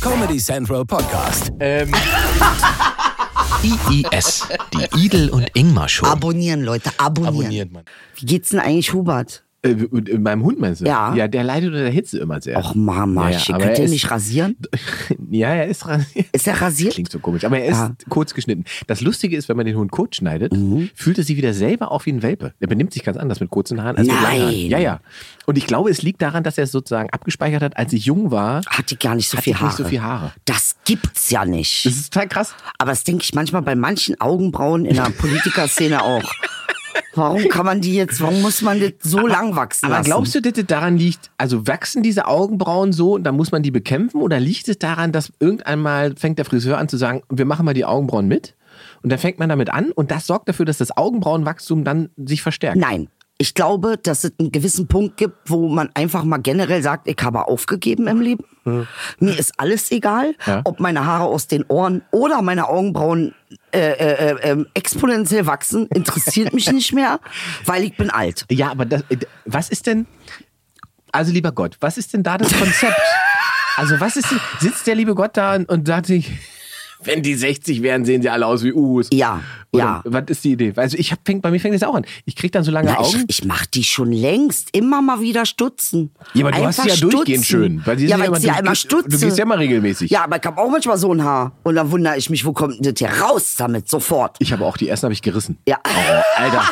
Comedy Central Podcast. Ähm, IIS, die Idel und Ingmar Show. Abonnieren, Leute, abonnieren. abonniert man. Wie geht's denn eigentlich Hubert? Äh, mit mit meinem Hund meinst du? Ja. Ja, der leidet unter der Hitze immer sehr. Och Mama, Ja, ich aber könnt er ihr ist- nicht rasieren? Ja, er ist rasiert. Ist er rasiert? Klingt so komisch, aber er ist Ja. kurz geschnitten. Das Lustige ist, wenn man den Hund kurz schneidet, fühlt er sich wieder selber auf wie ein Welpe. Er benimmt sich ganz anders mit kurzen Haaren als mit langen Haaren. Nein. Ja, ja. Und ich glaube, es liegt daran, dass er es sozusagen abgespeichert hat, als ich jung war. Hatte gar nicht so Hatte viel ich Haare. nicht so viel Haare. Das gibt's ja nicht. Das ist total krass. Aber das denke ich manchmal bei manchen Augenbrauen in der Politikerszene auch. Warum kann man die jetzt, warum muss man das so lang wachsen Aber lassen? glaubst du, dass das daran liegt, also wachsen diese Augenbrauen so und dann muss man die bekämpfen? Oder liegt es daran, dass irgendwann mal fängt der Friseur an zu sagen, wir machen mal die Augenbrauen mit? Und dann fängt man damit an und das sorgt dafür, dass das Augenbrauenwachstum dann sich verstärkt. Nein. Ich glaube, dass es einen gewissen Punkt gibt, wo man einfach mal generell sagt, ich habe aufgegeben im Leben. Mir ist alles egal, Hm. Ja. ob meine Haare aus den Ohren oder meine Augenbrauen äh, äh, äh, ähm, exponentiell wachsen, interessiert mich nicht mehr, weil ich bin alt. Ja, aber das, äh, was ist denn, also lieber Gott, was ist denn da das Konzept? also was ist, denn- sitzt der liebe Gott da und, und sagt sich, wenn die 60 wären, sehen sie alle aus wie U's. Ja, Oder ja. Was ist die Idee? Also ich hab, fängt, bei mir fängt das auch an. Ich krieg dann so lange Na, ich, Augen. ich mach die schon längst immer mal wieder stutzen. Ja, aber du hast sie ja durchgehend schön, weil sie ja, weil sind ja ich immer sie ja immer durchge- stutze. du gehst ja immer regelmäßig. Ja, aber ich habe auch manchmal so ein Haar. Und dann wundere ich mich, wo kommt denn das hier raus damit, sofort. Ich habe auch die ersten habe ich gerissen. Ja. Oh, Alter,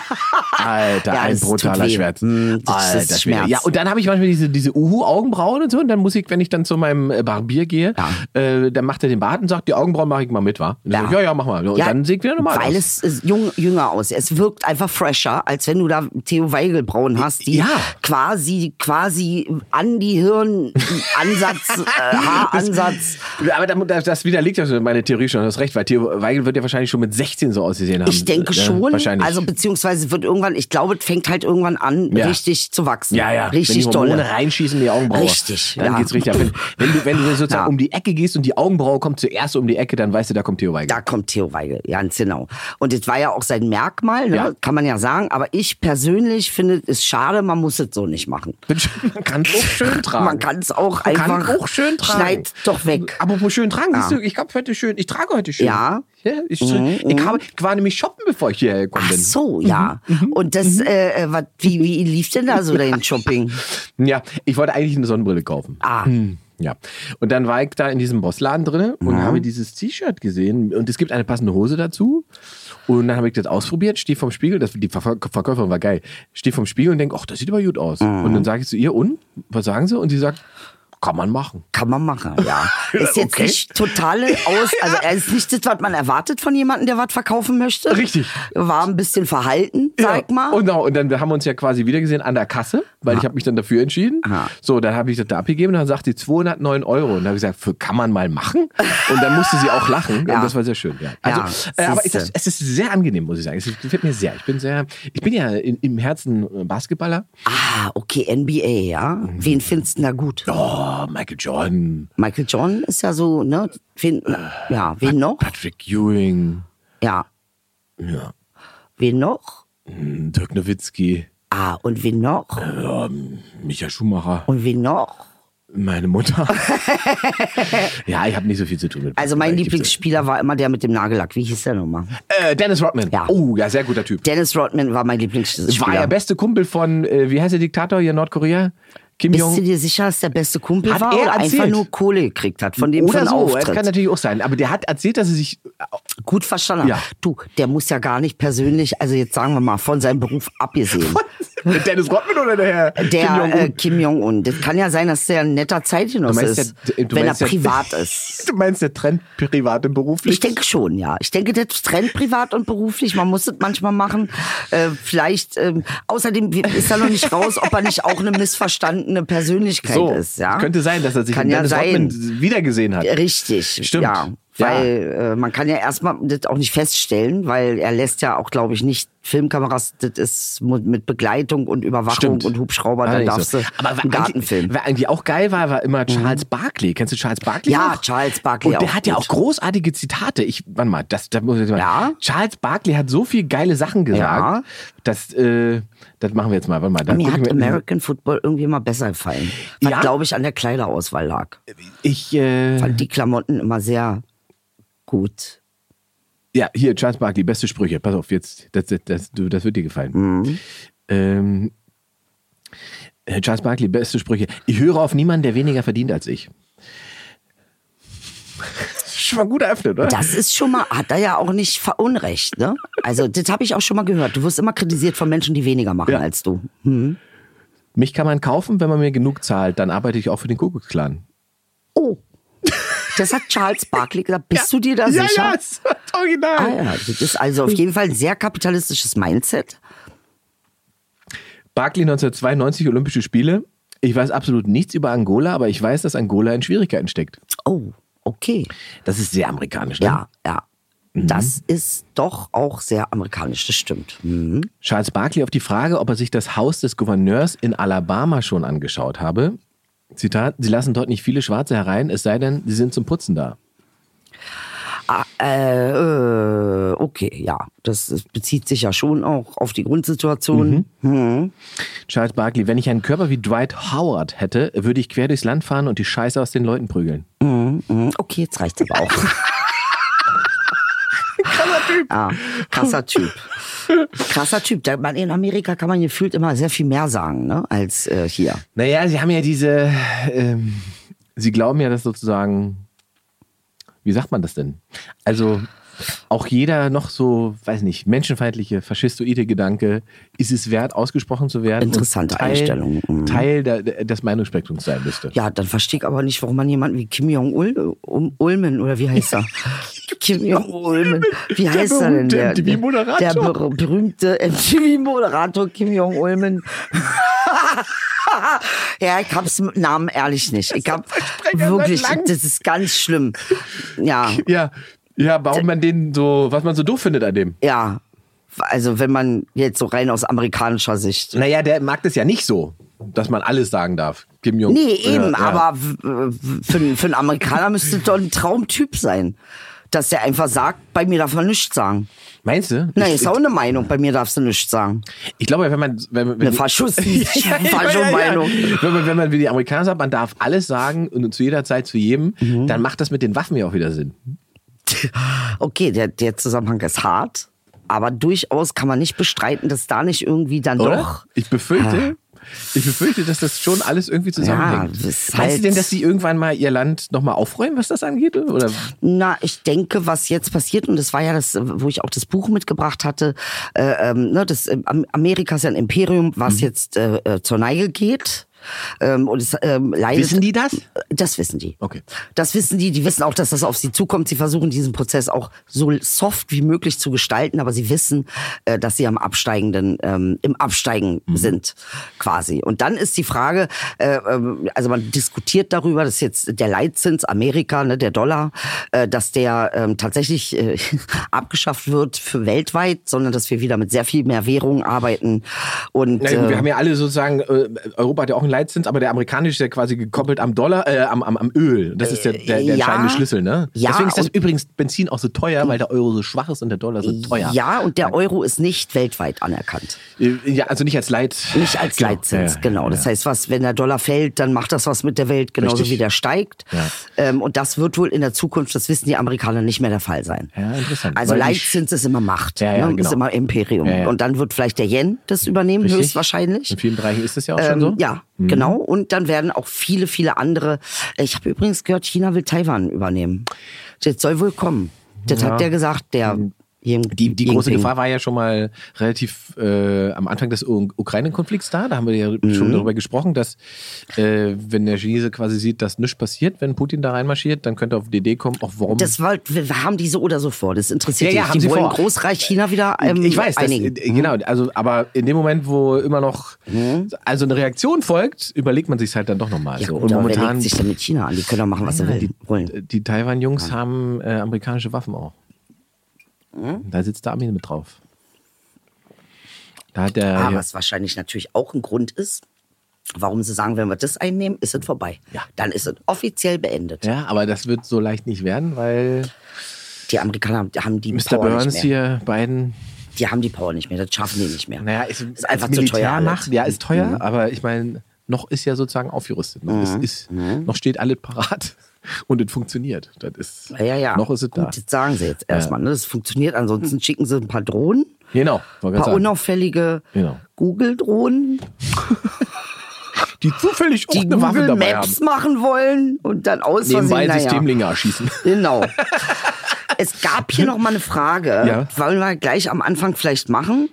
Alter, Ja, ein das tut brutaler weh. Schmerz. Mm, das ist Alter Schmerz. Ja, und dann habe ich manchmal diese, diese Uhu-Augenbrauen und so. Und dann muss ich, wenn ich dann zu meinem äh, Barbier gehe, äh, dann macht er den Bart und sagt, die Augenbrauen mache ich mal mit, wa? Und ja. Sag, ich, ja, ja, mach mal. Und dann sehe ich wieder normal Weil aus. es ist jung, jünger aus. Es wirkt einfach fresher, als wenn du da Theo Weigel braun hast, die Ja. quasi, quasi an die Hirnansatz, äh, Haaransatz. Aber da- das, das widerlegt ja so meine Theorie schon. Du hast recht, weil Theo Weigel wird ja wahrscheinlich schon mit 16 so ausgesehen haben. Ich denke Ja, schon. ähm, äh, Wahrscheinlich. Also beziehungsweise wird irgendwann, ich glaube, es fängt halt irgendwann an, Ja. richtig zu wachsen. Ja, ja. wenn Richtig die doll. Hormone reinschießen in die Augenbraue. Richtig, Dann ja. geht's richtig ab. Wenn, wenn, du, wenn du sozusagen Ja. um die Ecke gehst und die Augenbraue kommt zuerst um die Ecke, dann weißt du, da kommt Theo Weigel. Da kommt Theo Weigel, ganz genau. Und das war ja auch sein Merkmal, ne? Ja. kann man ja sagen. Aber ich persönlich finde es schade, man muss es so nicht machen. Bin schön- Man kann auch schön tragen. Man kann es auch Man kann einfach. auch schön tragen. Hm, Schneid doch weg. Aber wo schön tragen, Ja. siehst du, ich hab heute schön, ich trage heute schön. Ja. Mhm, ich, ich, habe, ich war nämlich shoppen, bevor ich hierher gekommen Ach bin. so, ja. Mhm. Und das, äh, äh, wat, wie, wie lief denn da so dein Shopping? Ja, ich wollte eigentlich eine Sonnenbrille kaufen. Ah. Hm, Ja. Und dann war ich da in diesem Bossladen drin Mhm. und habe dieses T-Shirt gesehen und es gibt eine passende Hose dazu. Und dann habe ich das ausprobiert, stehe vom Spiegel, das, die Verkäu- Verkäuferin war geil, stehe vom Spiegel und denke, ach, das sieht aber gut aus. Mhm. Und dann sage ich zu ihr, und? Was sagen sie? Und sie sagt, kann man machen. Kann man machen, ja. Ist jetzt Okay. nicht totale Aus, also er ist nicht das, was man erwartet von jemandem, der was verkaufen möchte. Richtig. War ein bisschen verhalten, sag Ja. mal. Und, genau, und dann wir haben uns ja quasi wiedergesehen an der Kasse, weil ich habe mich dann dafür entschieden. Aha. So, dann habe ich das da abgegeben und dann sagt sie 209 Euro. Und dann habe ich gesagt, für kann man mal machen? Und dann musste sie auch lachen. Ja. Und das war sehr schön. Ja. Also, Ja, äh, aber es siehste. ist, es ist sehr angenehm, muss ich sagen. Es gefällt mir sehr. Ich bin sehr, ich bin ja in, im Herzen äh, Basketballer. ah, okay, NBA, ja. Mhm. Wen findest du denn da gut? Oh, Michael Jordan, Michael Jordan ist ja so, ne? Wen, ja, wen noch? Patrick Ewing, Ja, ja, wen noch? mh, hm, Dirk Nowitzki, Ah, und wen noch? Micha Schumacher, Und wen noch? meine Mutter. ja, ich habe nicht so viel zu tun mit Also mein Basketball. Ich gib's zu. Lieblingsspieler war immer der mit dem Nagellack. Wie hieß der nochmal? Äh, Dennis Rodman. Ja. Oh, ja, sehr guter Typ. Dennis Rodman war mein Lieblingsspieler. war der beste Kumpel von, äh, wie heißt der Diktator hier in Nordkorea? Kim Bist du Jong. dir sicher, dass der beste Kumpel Hat war er oder einfach erzählt? nur Kohle gekriegt hat von dem von Oder so, das Auftritt? kann natürlich auch sein. Aber der hat erzählt, dass er sich. äh, Gut verstanden. Ja. Du, der muss ja gar nicht persönlich, also jetzt sagen wir mal, von seinem Beruf abgesehen. Dennis Rodman oder der Herr Kim der Jong-un? äh, Kim Jong-un. Das kann ja sein, dass der ein netter Zeitgenosse Du meinst, ist, der- du wenn er meinst, der- privat ist. du meinst, der trennt privat und beruflich? Ich denke schon, ja. Ich denke, das trennt privat und beruflich. Man muss es manchmal machen. Äh, vielleicht, ähm, außerdem ist da noch nicht raus, ob er nicht auch eine missverstandene Persönlichkeit so. ist. Ja? Könnte sein, dass er sich Kann mit ja Dennis sein. Rodman wiedergesehen hat. Richtig. Stimmt. Ja. Ja. Weil äh, man kann ja erstmal das auch nicht feststellen, weil er lässt ja auch, glaube ich, nicht Filmkameras, das ist mu- mit Begleitung und Überwachung Stimmt. und Hubschrauber, War dann nicht darfst so. du Aber war einen eigentlich, Gartenfilm. Mhm. war eigentlich auch geil war, war immer Charles Barkley. Kennst du Charles Barkley? Ja, noch? Charles Barkley Und der auch hat ja gut. auch großartige Zitate. Ich, warte mal, das, da muss ich mal. Ja? Charles Barkley hat so viel geile Sachen gesagt. Das, äh, das machen wir jetzt mal. Warte mal. da Mir guck ich hat mir- American Football irgendwie mal besser gefallen. Was, Ja? glaube ich, an der Kleiderauswahl lag. Ich, äh, Fand die Klamotten immer sehr gut. Ja, hier, Charles Barkley, beste Sprüche. Pass auf, jetzt, das, das, das, du, das wird dir gefallen. Ähm, äh, Charles Barkley, beste Sprüche. Ich höre auf niemanden, der weniger verdient als ich. Schon mal gut eröffnet, oder? Das ist schon mal, hat er ja auch nicht verunrecht, ne? Also, das habe ich auch schon mal gehört. Du wirst immer kritisiert von Menschen, die weniger machen Ja. als du. Mich kann man kaufen, wenn man mir genug zahlt, dann arbeite ich auch für den Kuckucksklan. Oh. Das hat Charles Barkley gesagt. Bist du dir da ja, sicher? Ja, das ist das original. Ah ja, das ist also auf jeden Fall ein sehr kapitalistisches Mindset. Barkley 1992 Olympische Spiele. Ich weiß absolut nichts über Angola, aber ich weiß, dass Angola in Schwierigkeiten steckt. Oh, okay. Das ist sehr amerikanisch, ne? Ja, ja. Mhm. Das ist doch auch sehr amerikanisch, das stimmt. Mhm. Charles Barkley auf die Frage, ob er sich das Haus des Gouverneurs in Alabama schon angeschaut habe. Zitat, sie lassen dort nicht viele Schwarze herein, es sei denn, sie sind zum Putzen da. Ah, äh, äh, okay, ja. Das ist- bezieht sich ja schon auch auf die Mhm. Grundsituation. Charles Barkley, wenn ich einen Körper wie Dwight Howard hätte, würde ich quer durchs Land fahren und die Scheiße aus den Leuten prügeln. Mhm, Okay, jetzt reicht's aber auch. Krasser Typ. Ja, Ah, krasser Typ. Krasser Typ. Da- Man, in Amerika kann man gefühlt immer sehr viel mehr sagen, ne, als äh, hier. Naja, sie haben ja diese, ähm, sie glauben ja, dass sozusagen, wie sagt man das denn? Also auch jeder noch so, weiß nicht, menschenfeindliche, faschistoide Gedanke ist es wert, ausgesprochen zu werden. und Interessante Teil, Einstellung, mhm. Teil der, des Meinungsspektrums sein müsste. Ja, dann verstehe ich aber nicht, warum man jemanden wie Kim Jong-ulmen oder wie heißt er? Kim Jong-ulmen. Wie heißt er denn? berühmte Der, MTV-Moderator. der ber berühmte MTV-Moderator Kim Jong-ulmen. ja, ich hab's mit Namen ehrlich nicht. Ich hab seit wirklich, langem. das ist ganz schlimm. Ja, Ja, ja, warum man den so, was man so doof findet an dem. ja. Also wenn man jetzt so rein aus amerikanischer Sicht. Naja, der mag das ja nicht so, dass man alles sagen darf. Kim Jong. Nee, eben, Ja, ja. aber w- w- für, einen- für einen Amerikaner müsste doch ein Traumtyp sein. Dass der einfach sagt, bei mir darf man nichts sagen. Meinst du? Nein, ich, ist auch eine Meinung. Bei mir darfst du nichts sagen. ich glaube, wenn man. Wenn, wenn, Eine Faschus- Ja, ja, Fascho-Meinung. ja, ja. Wenn man, wenn man wie die Amerikaner sagt, man darf alles sagen und zu jeder Zeit zu jedem, Mhm. dann macht das mit den Waffen ja auch wieder Sinn. Okay, der, der Zusammenhang ist hart, aber durchaus kann man nicht bestreiten, dass da nicht irgendwie dann Oder? doch. Ah. Ich befürchte. Ich befürchte, dass das schon alles irgendwie zusammenhängt. Ja, das ist Meinst du halt- denn, dass sie irgendwann mal ihr Land nochmal aufräumen, was das angeht? Oder? Na, ich denke, was jetzt passiert, und das war ja das, äh, wo ich auch das Buch mitgebracht hatte, äh, ähm, ne, das ähm, Am- Amerika ist ja ein Imperium, Mhm. was jetzt äh, äh, zur Neige geht. Ähm, und es ähm, leidet. Wissen die das? Das wissen die. Okay. Das wissen die. Die wissen auch, dass das auf sie zukommt. Sie versuchen diesen Prozess auch so soft wie möglich zu gestalten, aber sie wissen, äh, dass sie am absteigenden, ähm, im Absteigen Mhm. sind, quasi. Und dann ist die Frage, äh, ähm, also man diskutiert darüber, dass jetzt der Leitzins Amerika, ne, der Dollar, äh, dass der ähm, tatsächlich äh, abgeschafft wird für weltweit, sondern dass wir wieder mit sehr viel mehr Währung arbeiten und Na, gut, äh, wir haben ja alle sozusagen, äh, Europa hat ja auch einen Leitzins, aber der amerikanische ist ja quasi gekoppelt am Dollar, äh, am, am, am Öl. Das ist der, der, der Äh, Ja. entscheidende Schlüssel, ne? Ja, Deswegen ist das und- übrigens Benzin auch so teuer, weil der Euro so schwach ist und der Dollar so teuer. ja, und der Euro ist nicht weltweit anerkannt. Äh, ja also nicht als Leit. Nicht als Genau. Leitzins, Ja, genau. ja. Das heißt, was, wenn der Dollar fällt, dann macht das was mit der Welt, genauso Richtig. wie der steigt. Ja. Ähm, und das wird wohl in der Zukunft, das wissen die Amerikaner, nicht mehr der Fall sein. Ja, interessant. Also Weil die- Leitzins ist immer Macht, Ja, ja, ne? genau. ist immer Imperium. Ja, ja. Und dann wird vielleicht der Yen das übernehmen, Richtig? höchstwahrscheinlich. In vielen Bereichen ist das ja auch schon Ähm, so. Mhm. Ja, genau. Und dann werden auch viele, viele andere. äh, Ich habe übrigens gehört, China will Taiwan übernehmen. Das soll wohl kommen. Das hat der gesagt, der. Mhm. Die, die große Gefahr war ja schon mal relativ äh, am Anfang des U- Ukraine-Konflikts da. Da haben wir ja Mhm. schon darüber gesprochen, dass äh, wenn der Chinese quasi sieht, dass nichts passiert, wenn Putin da reinmarschiert, dann könnte er auf die Idee kommen, auch warum. Das war, wir haben die so oder so vor. Das interessiert Mhm. Ja, ja, dich. haben die sie wollen vor. Äh, Großreich China wieder ähm, ich weiß, das, äh, einigen. genau. Also, aber in dem Moment, wo immer noch also eine Reaktion folgt, überlegt man sich halt dann doch nochmal. Mhm. ja, so. gut, Und aber wer momentan legt sich denn mit China an? Die können doch machen, was sie will- wollen. Ah. die, Äh, die Taiwan-Jungs äh, Hm? haben äh, amerikanische Waffen auch. Da sitzt der Armin mit drauf. Da hat der. Ah, ja. was wahrscheinlich natürlich auch ein Grund ist, warum sie sagen, wenn wir das einnehmen, ist es vorbei. Ja. Dann ist es offiziell beendet. ja, aber das wird so leicht nicht werden, weil Die Amerikaner haben- haben die Mr. Power Burns nicht mehr. hier beiden. Die haben die Power nicht mehr, das schaffen die nicht mehr. Naja, ist, Ist einfach als zu teuer Militär alles. Mhm. macht. Ja, ist teuer, aber ich meine, noch ist ja sozusagen aufgerüstet. Ne? Mhm. Es ist, Noch steht alles parat und es funktioniert. Das ist, Ja, ja. Noch ist es Gut, da. das sagen sie jetzt erstmal. Ne? Das funktioniert. Ansonsten schicken sie ein paar Drohnen. Genau, Ein wollte paar grad sagen. unauffällige Genau. Google-Drohnen, die zufällig auch die eine Waffe Google dabei Maps machen wollen und dann aus haben. Versehen, Nebenbei naja. Systemlinge erschießen. Genau. Es gab hier noch mal eine Frage, Ja. wollen wir gleich am Anfang vielleicht machen.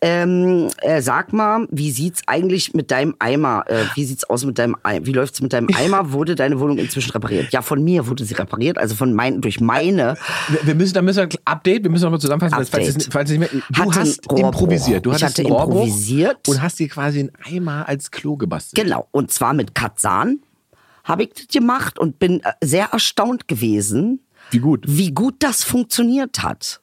Ähm, äh, sag mal, wie sieht's eigentlich mit deinem Eimer? Äh, wie sieht's aus mit deinem Eimer? Wie läuft's mit deinem Eimer? Wurde deine Wohnung inzwischen repariert? Ja, von mir wurde sie repariert, also von mein, durch meine. Wir, wir müssen, da müssen wir ein Update, wir müssen nochmal zusammenfassen, weil falls es, Update. falls es nicht mehr, du Hatte hast ein Rohrbruch. improvisiert. Du Ich hattest hatte ein Rohrbruch improvisiert. und hast dir quasi einen Eimer als Klo gebastelt. Genau, und zwar mit Katzan habe ich das gemacht und bin äh, sehr erstaunt gewesen, Wie gut. wie gut das funktioniert hat.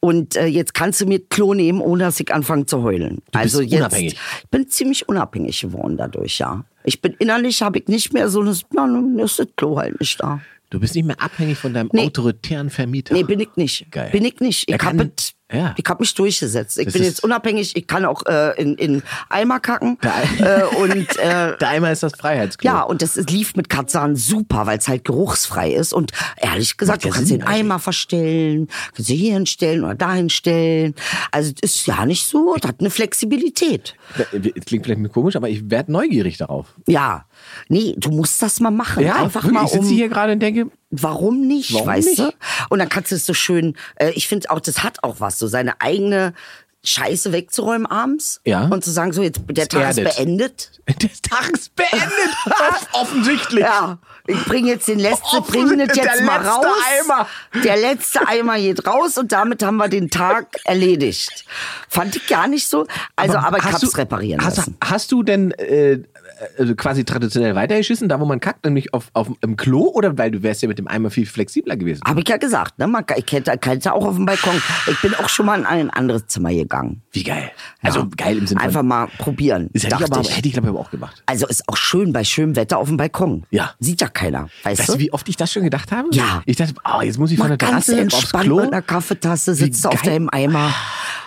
Und äh, jetzt kannst du mir Klo nehmen, ohne dass ich anfange zu heulen. also jetzt, unabhängig. ich bin ziemlich unabhängig geworden dadurch, ja. Ich bin innerlich, habe ich nicht mehr so eine, na, nun ist das Klo halt nicht da. Du bist nicht mehr abhängig von deinem Nee. autoritären Vermieter. Nee, bin ich nicht. Geil. Bin ich nicht. Er Ich kann- habe Ja. ich hab mich durchgesetzt. Ich Das bin ist- jetzt unabhängig. Ich kann auch äh, in, in Eimer kacken. Der- äh, und äh, Der Eimer ist das Freiheitsklo. Ja, und das ist- lief mit Katzan super, weil es halt geruchsfrei ist. Und ehrlich gesagt, ja du kannst Sinn also. den Eimer verstellen, kannst du hier hinstellen oder da hinstellen. Also es ist ja nicht so, das hat eine Flexibilität. Das Klingt vielleicht komisch, aber ich werde neugierig darauf. Ja, nee, du musst das mal machen. Einfach wirklich, mal ich sitze um, hier gerade und denke, warum nicht, Warum weißt nicht? du? Und dann kannst du es so schön, äh, ich finde auch, das hat auch was, so seine eigene Scheiße wegzuräumen abends. Ja. Und zu sagen, so jetzt, der Es Tag ist erdet. beendet. der Tag ist beendet. Off- Offensichtlich. Ja, ich bringe jetzt den letzten, bringe das Oh, Der jetzt mal letzte raus. Eimer. Der letzte Eimer geht raus und damit haben wir den Tag erledigt. Fand ich gar nicht so. Also, aber, ich hast hab's du- reparieren hast, lassen. Hast du denn äh, also quasi traditionell weitergeschissen, da wo man kackt, nämlich auf, auf im Klo oder weil du wärst ja mit dem Eimer viel flexibler gewesen? Habe ich ja gesagt, ne? Man, kann- ich könnte, könnte auch auf dem Balkon. Ich bin auch schon mal in ein anderes Zimmer gegangen. Wie geil. Also Ja. geil im Sinne Einfach von. mal probieren. Das hätte ich, dachte aber, ich. hätte ich glaube ich aber auch gemacht. Also ist auch schön bei schönem Wetter auf dem Balkon. Ja. Sieht ja keiner, weißt Weißt du, du? wie oft ich das schon gedacht habe? Ja. Ich dachte, ah, jetzt muss ich von Mal der ganz Terrasse aufs entspannt mit Klo. einer Kaffeetasse sitzt du auf geil. deinem Eimer.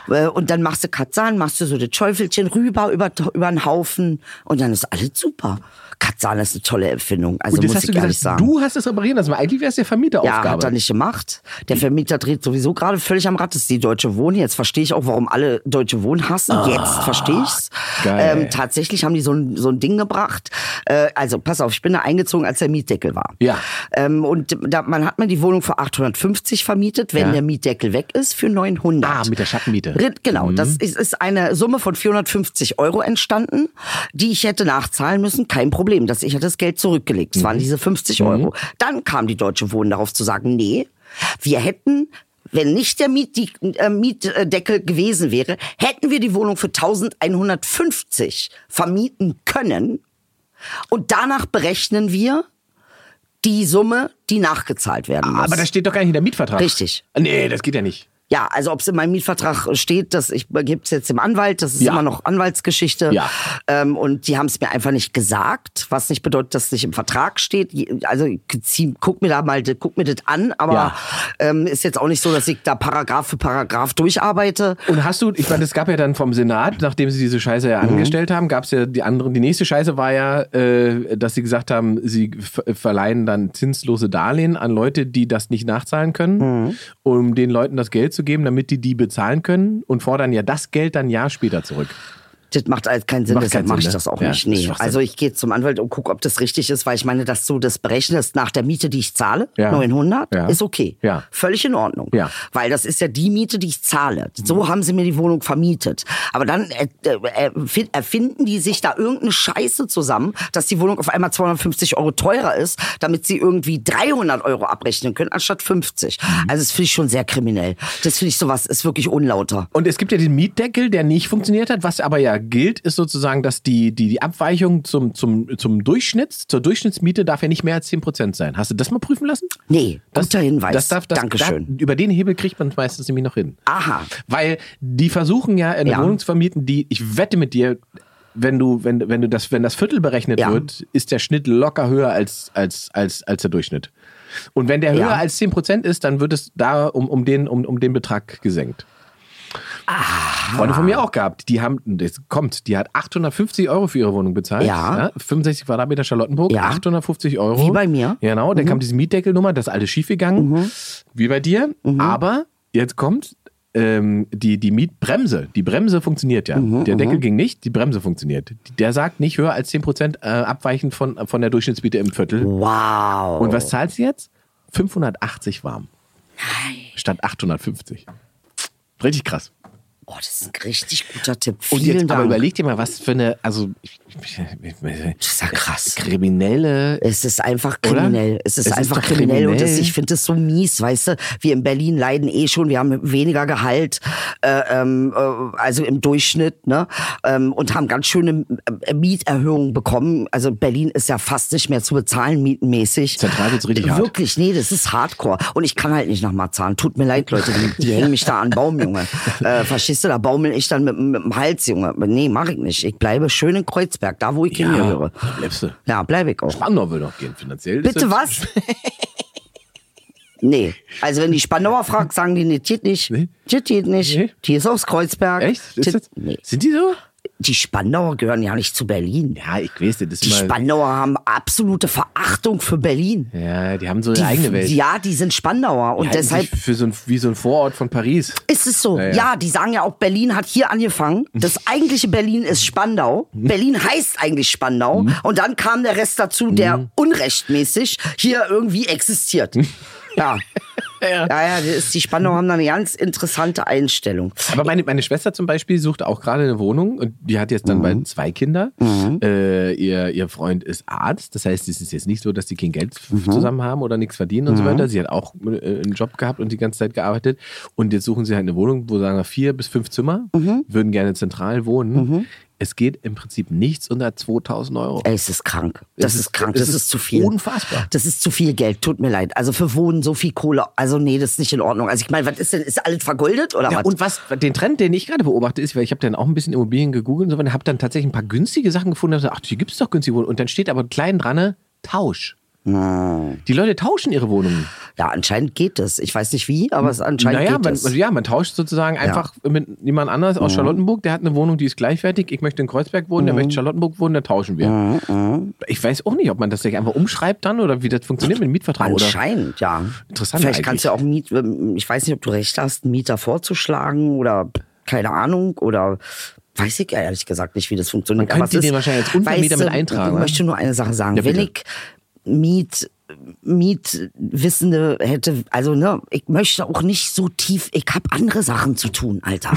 Äh, Und dann machst du Katzan, machst du so das Schäufelchen rüber über, über den Haufen und dann ist alles super. Katzan ist eine tolle Erfindung, also Und das muss hast ich du ehrlich gesagt, sagen. du hast es reparieren lassen. weil Eigentlich wäre es der ja, Vermieteraufgabe. hat er nicht gemacht. Der Vermieter dreht sowieso gerade völlig am Rad. Das ist die Deutsche Wohnen. Jetzt verstehe ich auch, warum alle Deutsche Wohnen hassen. Jetzt verstehe ich's. Ah, geil. Ähm, tatsächlich haben die so ein, so ein Ding gebracht. Äh, also, pass auf, ich bin da eingezogen, als der Mietdeckel war. Ja. Ähm, und da, man hat mir die Wohnung für 850 vermietet, wenn Ja. der Mietdeckel weg ist, für 900. Ah, mit der Schattenmiete. Mhm. Rit- Genau, das ist, ist eine Summe von 450 Euro entstanden, die ich hätte nachzahlen müssen. Kein Problem, dass ich hätte das Geld zurückgelegt. Das Mhm. waren diese 50 Euro. Dann kam die Deutsche Wohnen darauf zu sagen, nee, wir hätten wenn nicht der Miet, die, äh, Mietdeckel gewesen wäre, hätten wir die Wohnung für 1150 vermieten können. Und danach berechnen wir die Summe, die nachgezahlt werden muss. Aber das steht doch gar nicht in der Mietvertrag. Richtig. Nee, das geht ja nicht. Ja, also ob es in meinem Mietvertrag steht, dass ich gebe es jetzt dem Anwalt, das ist Ja. immer noch Anwaltsgeschichte. Ja. Ähm, und die haben es mir einfach nicht gesagt, was nicht bedeutet, dass es nicht im Vertrag steht. Je- Also ich zieh, guck mir da mal, guck mir das an, aber Ja. ähm, ist jetzt auch nicht so, dass ich da Paragraph für Paragraph durcharbeite. Und hast du, ich meine, es gab ja dann vom Senat, nachdem sie diese Scheiße ja angestellt haben, gab es ja die anderen, die nächste Scheiße war ja, äh, dass sie gesagt haben, sie ver- verleihen dann zinslose Darlehen an Leute, die das nicht nachzahlen können, um den Leuten das Geld zu geben, damit die die bezahlen können und fordern ja das Geld dann ein Jahr später zurück. Das macht halt keinen Sinn, Macht deshalb keinen mache ich Sinn, ne? das auch Ja, nicht. das ist Nee. Schwachsinn. Also ich gehe zum Anwalt und gucke, ob das richtig ist, weil ich meine, dass du das berechnest nach der Miete, die ich zahle, Ja. 900, Ja. ist okay. Ja. Völlig in Ordnung. Ja. Weil das ist ja die Miete, die ich zahle. So haben sie mir die Wohnung vermietet. Aber dann äh, äh, erfin- erfinden die sich da irgendeine Scheiße zusammen, dass die Wohnung auf einmal 250 Euro teurer ist, damit sie irgendwie 300 Euro abrechnen können, anstatt 50. Mhm. Also das finde ich schon sehr kriminell. Das finde ich sowas, ist wirklich unlauter. Und es gibt ja den Mietdeckel, der nicht funktioniert hat, was aber ja gilt, ist sozusagen, dass die, die, die Abweichung zum, zum, zum Durchschnitt, zur Durchschnittsmiete darf ja nicht mehr als 10% sein. Hast du das mal prüfen lassen? Nee, guter Hinweis. Das darf, das, Dankeschön. Da, über den Hebel kriegt man es meistens nämlich noch hin. Aha. Weil die versuchen ja, eine Ja. Wohnung zu vermieten, die, ich wette mit dir, wenn du, wenn, wenn du das, wenn das Viertel berechnet Ja. wird, ist der Schnitt locker höher als, als, als, als der Durchschnitt. Und wenn der höher Ja. als 10% ist, dann wird es da um, um, den, um, um den Betrag gesenkt. Freunde von mir auch gehabt. Die haben, das kommt, die hat 850 Euro für ihre Wohnung bezahlt. Ja. 65 Quadratmeter Charlottenburg, Ja. 850 Euro. Wie bei mir. Genau, dann Mhm. kam diese Mietdeckelnummer, das ist alles schiefgegangen. Wie bei dir. Mhm. Aber jetzt kommt ähm, die, die Mietbremse. Die Bremse funktioniert ja. Mhm, der Deckel ging nicht, die Bremse funktioniert. Der sagt nicht höher als 10% äh, abweichend von, von der Durchschnittsmiete im Viertel. Oh. Wow. Und was zahlt sie jetzt? 580 warm. Nein. Statt 850. Richtig krass. Oh, das ist ein richtig guter Tipp. Und Vielen jetzt Dank. aber überleg dir mal, was für eine, also ich, ich, ich, das ist ja krass. kriminelle. Es ist einfach kriminell. Oder? Es ist Es ist einfach doch kriminell. Und das, kriminell. ich finde es so mies, weißt du? Wir in Berlin leiden eh schon. Wir haben weniger Gehalt, äh, ähm, äh, also im Durchschnitt, ne? Ähm, und haben ganz schöne äh, Mieterhöhungen bekommen. Also Berlin ist ja fast nicht mehr zu bezahlen, mietenmäßig. Zentral wird's richtig hart. Wirklich, nee, das ist Hardcore. Und ich kann halt nicht nach Marzahn. Tut mir leid, Leute, die, die hängen mich da an Baum, Junge. Äh, verstehst du? Da baumel ich dann mit, mit dem Hals, Junge. Nee, mach ich nicht. Ich bleibe schön in Kreuzberg, da wo ich hingehöre. bleibst du. Ja, bleibe ich auch. Spandau will noch gehen finanziell. Das Bitte ist- was? Nee, also wenn die Spandauer fragt, sagen die, nee, geht nicht, Nee. das geht nicht, Nee. die ist aus Kreuzberg. Echt? Ist Das- das, nee. Sind die so? Die Spandauer gehören ja nicht zu Berlin. Ja, ich weiß das ist Die mal- Spandauer haben absolute Verachtung für Berlin. Ja, die haben so ihre Die, eigene Welt. Ja, die sind Spandauer und Die halten deshalb sich für so ein, wie so ein Vorort von Paris. ist es so. Ja, Ja, ja. die sagen ja auch, Berlin hat hier angefangen. Das eigentliche Berlin ist Spandau. Berlin heißt eigentlich Spandau. Mhm. Und dann kam der Rest dazu, der unrechtmäßig hier irgendwie existiert. Ja. ja, ja, das ist, die Spandauer haben da eine ganz interessante Einstellung. Aber meine, meine Schwester zum Beispiel sucht auch gerade eine Wohnung und die hat jetzt dann bald zwei Kinder. Äh, ihr, ihr Freund ist Arzt. Das heißt, es ist jetzt nicht so, dass die kein Geld zusammen haben oder nichts verdienen und so weiter. Sie hat auch äh, einen Job gehabt und die ganze Zeit gearbeitet. Und jetzt suchen sie halt eine Wohnung, wo sagen wir vier bis fünf Zimmer, würden gerne zentral wohnen. Es geht im Prinzip nichts unter 2000 Euro. Ey, es ist krank. Das Es ist, ist- krank. es Das ist, ist zu viel. unfassbar. Das ist zu viel Geld. Tut mir leid. Also für Wohnen so viel Kohle. Also nee, das ist nicht in Ordnung. Also ich meine, was ist denn? Ist alles vergoldet oder Ja, was? und was den Trend, den ich gerade beobachte, ist, weil ich habe dann auch ein bisschen Immobilien gegoogelt und so, und habe dann tatsächlich ein paar günstige Sachen gefunden. Und hab gesagt, ach, hier gibt's doch günstige Wohnungen. Und dann steht aber klein dran, ne, Tausch. Ah. Die Leute tauschen ihre Wohnungen. Ja, anscheinend geht es. Ich weiß nicht wie, aber es anscheinend naja, geht man, also es. ja, man tauscht sozusagen einfach mit jemand anders aus Charlottenburg, der hat eine Wohnung, die ist gleichwertig. Ich möchte in Kreuzberg wohnen, der möchte in Charlottenburg wohnen, da tauschen wir. Ich weiß auch nicht, ob man das sich einfach umschreibt dann oder wie das funktioniert mit dem Mietvertrag. Oder Anscheinend, ja. Interessant Vielleicht kannst du eigentlich. ja auch einen Miet, ähm, ich weiß nicht, ob du recht hast, einen Mieter vorzuschlagen oder keine Ahnung oder weiß ich ehrlich gesagt nicht, wie das funktioniert. Aber Man könnte es den ist- wahrscheinlich als Untermieter weißt du, mit eintragen, Ich oder? möchte nur eine Sache sagen. Ja, Wenn ich bitte. Miet, Mietwissende hätte, also ne, ich möchte auch nicht so tief, ich habe andere Sachen zu tun, Alter.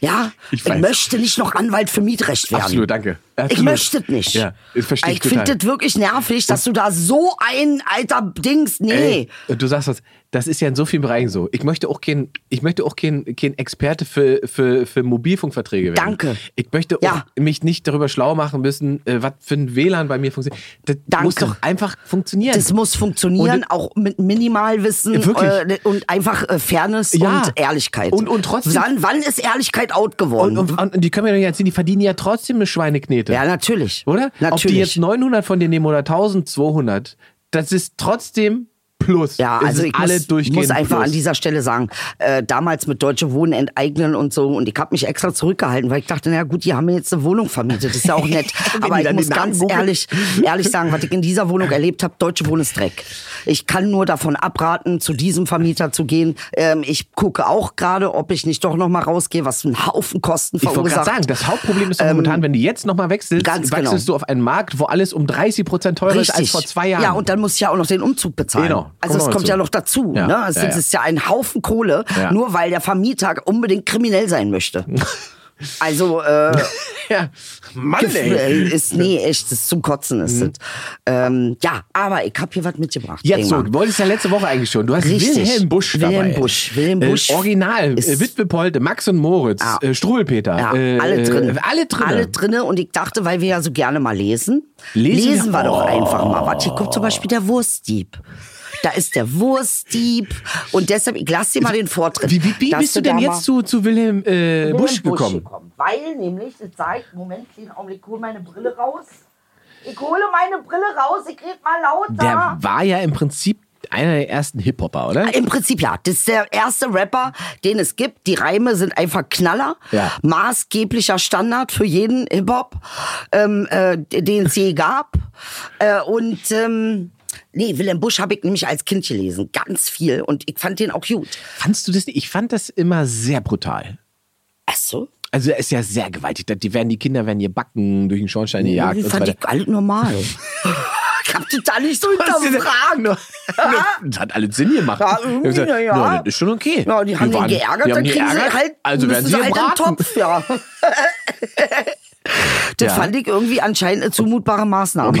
Ja, Ich ich, weiß. möchte nicht noch Anwalt für Mietrecht werden. Absolut, danke. Ich Absolut. möchte es nicht. Ja, das verstehe ich ich finde total. das wirklich nervig, dass du da so ein alter Dings, nee. Ey, du sagst was, das ist ja in so vielen Bereichen so. Ich möchte auch kein, ich möchte auch kein, kein Experte für, für, für Mobilfunkverträge werden. Danke. Ich möchte auch Ja. mich nicht darüber schlau machen müssen, äh, was für ein WLAN bei mir funktioniert. Das Danke. muss doch einfach funktionieren. Das muss funktionieren, Und- auch mit Minimalwissen Wirklich. äh, und einfach äh, Fairness Ja. und Ehrlichkeit. Und- und trotzdem- Wann, wann ist Ehrlichkeit out geworden? und, und, und die können mir doch nicht erzählen, die verdienen ja trotzdem eine Schweineknete. ja, natürlich. Oder? Ob die Natürlich. jetzt 900 von dir nehmen oder 1200, das ist trotzdem plus. Ja, Es also ist ich alle muss, durchgehend muss einfach plus. an dieser Stelle sagen, äh, damals mit Deutsche Wohnen enteignen und so und ich habe mich extra zurückgehalten, weil ich dachte, na gut, die haben mir jetzt eine Wohnung vermietet, ist ja auch nett, aber die ich dann muss den Namen ganz googeln. ehrlich, ehrlich sagen, was ich in dieser Wohnung erlebt habe, Deutsche Wohnen ist Dreck. Ich kann nur davon abraten, zu diesem Vermieter zu gehen. Ähm, ich gucke auch gerade, ob ich nicht doch noch mal rausgehe, was einen Haufen Kosten Ich wollte verursacht. Ähm, gerade sagen, das Hauptproblem ist doch momentan, wenn du jetzt nochmal wechselst, ganz genau. wechselst du auf einen Markt, wo alles um 30% teurer ist als vor zwei Jahren. Ja, und dann muss ich ja auch noch den Umzug bezahlen. Genau. Kommt Also noch es kommt hinzu. ja noch dazu. Ja. Ne? Es Ja, ja. ist ja ein Haufen Kohle, Ja. nur weil der Vermieter unbedingt kriminell sein möchte. Also, äh, Ja. Mann, Mhm. Gefühl, ist, nee, echt, das ist zum Kotzen ist das. Ähm, ja, aber ich habe hier was mitgebracht. Jetzt so, Ingmar. du wolltest ja letzte Woche eigentlich schon. Du hast Richtig. Wilhelm Busch Wilhelm dabei. Busch, Wilhelm Busch Äh, Original, ist- äh, Witwe Polte, Max und Moritz, Ja. äh, Struwelpeter. Ja, äh, alle drin. Äh, alle drin. Alle drinne. Und ich dachte, weil wir ja so gerne mal lesen, Lesen lesen, wir- wir doch einfach mal was. Hier kommt zum Beispiel der Wurstdieb. Da ist der Wurstdieb. Und deshalb, ich lass dir mal den Vortritt. Wie, wie, wie dass bist du denn da jetzt mal- zu, zu Wilhelm, äh, Wilhelm Busch gekommen? Weil nämlich, das zeigt, Moment, den Augenblick, ich hole meine Brille raus. Ich hole meine Brille raus, ich red mal Ah. Der war ja im Prinzip einer der ersten Hip-Hopper, oder? Im Prinzip ja. Das ist der erste Rapper, den es gibt. Die Reime sind einfach Knaller. Ja. Maßgeblicher Standard für jeden Hip-Hop, ähm, äh, den es je gab. Äh, und ähm, nee, Wilhelm Busch habe ich nämlich als Kind gelesen. Ganz viel. Und ich fand den auch gut. Fandst du das nicht? Ich fand das immer sehr brutal. Ach so? Also er ist ja sehr gewaltig. Die, werden, die Kinder werden gebacken, durch den Schornstein gejagt Irgendwie und so fand weiter. ich alles normal. ich hab das da nicht so Was ist denn- hinterfragt. Nur- nur- Das hat alles Sinn gemacht. Ja, irgendwie, Ich hab gesagt, ja, ja. Das ist schon okay. Ja, die haben waren- den geärgert, die haben dann die kriegen geärgert, sie halt, also werden müssen sie sie halt gebraten. im Topf, ja. das Ja. fand ich irgendwie anscheinend eine zumutbare Maßnahme.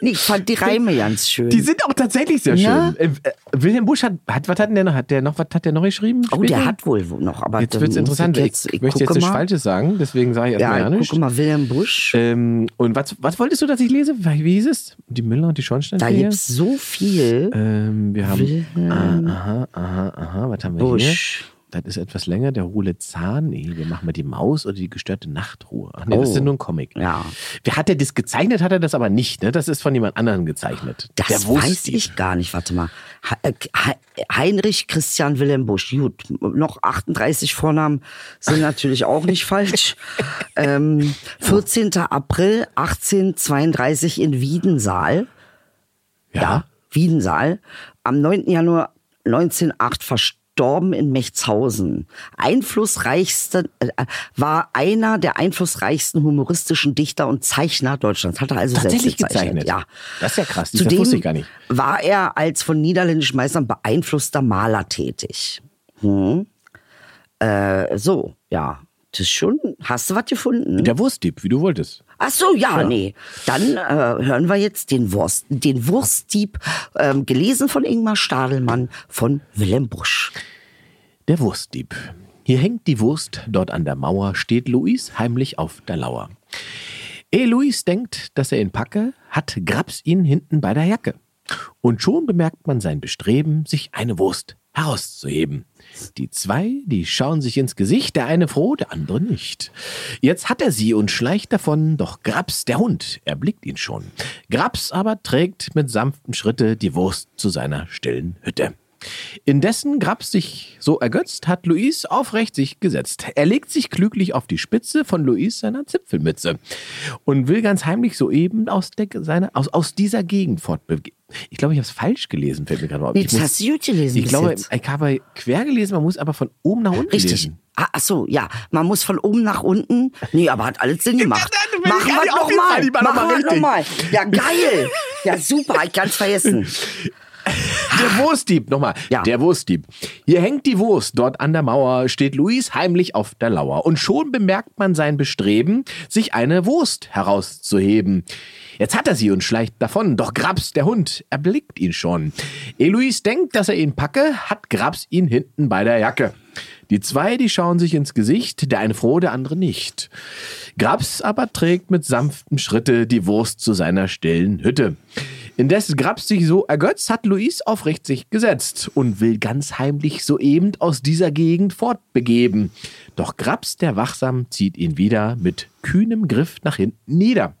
nee, ich fand die Reime ganz schön. Die sind auch tatsächlich sehr Ja. schön. Äh, äh, Wilhelm Busch hat, hat, was hat denn der noch? Hat der noch, was hat der noch geschrieben? oh, später? der hat wohl wo- noch, aber Jetzt dann wird es muss interessant. Ich, Ich, jetzt, ich möchte jetzt gucke nichts mal. Falsches sagen, deswegen sage ich erstmal Ja, ja, ich nichts. gucke mal, Wilhelm Busch. Ähm, und was, was wolltest du, dass ich lese? Wie wie hieß es? Die Müller und die da Schornsteinfeger? gibt's so viel. Ähm, wir haben. Wilhelm Ah, aha, aha, aha. Was haben wir Busch. hier? Das ist etwas länger. Der hohle Zahn. Nee, wir machen mal die Maus oder die gestörte Nachtruhe. Ach nee, das Oh. ist ja nur ein Comic. Ja. Wer hat der das gezeichnet? Hat er das aber nicht. Ne? Das ist von jemand anderem gezeichnet. Das der weiß wusste- ich gar nicht. Warte mal. He- äh, He- Heinrich Christian Wilhelm Busch. Gut, noch 38 Vornamen sind natürlich auch nicht falsch. Ähm, 14. April 1832 in Wiedensaal. Ja. Wiedensaal. Am 9. Januar 1908 verstorben in Mechtshausen. Einflussreichste, äh, war einer der einflussreichsten humoristischen Dichter und Zeichner Deutschlands. Hat er also Tatsächlich selbst gezeichnet. gezeichnet. Ja. Das ist ja krass. Das Zudem wusste ich gar nicht. war er als von niederländischen Meistern beeinflusster Maler tätig. Hm. Äh, so, ja. Das ist schon, hast du was gefunden? Der Wurstdieb, wie du wolltest. Ach so, ja, nee. Dann äh, hören wir jetzt den, Wurst, den Wurstdieb, ähm, gelesen von Ingmar Stadelmann von Willem Busch. Der Wurstdieb. Hier hängt die Wurst, dort an der Mauer steht Luis heimlich auf der Lauer. Ehe Luis denkt, dass er ihn packe, hat Grabs ihn hinten bei der Jacke. Und schon bemerkt man sein Bestreben, sich eine Wurst herauszuheben. Die zwei, die schauen sich ins Gesicht, der eine froh, der andere nicht. Jetzt hat er sie und schleicht davon, doch Grabs, der Hund, erblickt ihn schon. Grabs aber trägt mit sanftem Schritte die Wurst zu seiner stillen Hütte. Indessen Grabs sich so ergötzt, hat Luis aufrecht sich gesetzt. Er legt sich klüglich auf die Spitze von Luis seiner Zipfelmütze und will ganz heimlich soeben aus, der, seine, aus, aus dieser Gegend fortbewegen. Ich glaube, ich habe es falsch gelesen, fällt mir gerade auf. Nee, Ich das muss- hast du gut gelesen Ich bis glaube, jetzt. ich habe quer gelesen, man muss aber von oben nach unten Richtig. lesen. Ah, ach so, ja. Man muss von oben nach unten. Nee, aber hat alles Sinn gemacht. Ja, dann bin Machen ich wir gar nicht nochmal. aufgefallen, ich war noch Machen mal wir richtig. nochmal. Ja, geil. Ja, super. Ich ganz vergessen. Der Wurstdieb, nochmal. Ja. Der Wurstdieb. Hier hängt die Wurst, dort an der Mauer steht Luis heimlich auf der Lauer. Und schon bemerkt man sein Bestreben, sich eine Wurst herauszuheben. Jetzt hat er sie und schleicht davon, doch Grabs, der Hund, erblickt ihn schon. Ehe Luis denkt, dass er ihn packe, hat Grabs ihn hinten bei der Jacke. Die zwei, die schauen sich ins Gesicht, der eine froh, der andere nicht. Grabs aber trägt mit sanftem Schritte die Wurst zu seiner stillen Hütte. Indes Grabs sich so ergötzt, hat Luis aufrecht sich gesetzt und will ganz heimlich soeben aus dieser Gegend fortbegeben. Doch Grabs, der wachsam, zieht ihn wieder mit kühnem Griff nach hinten nieder.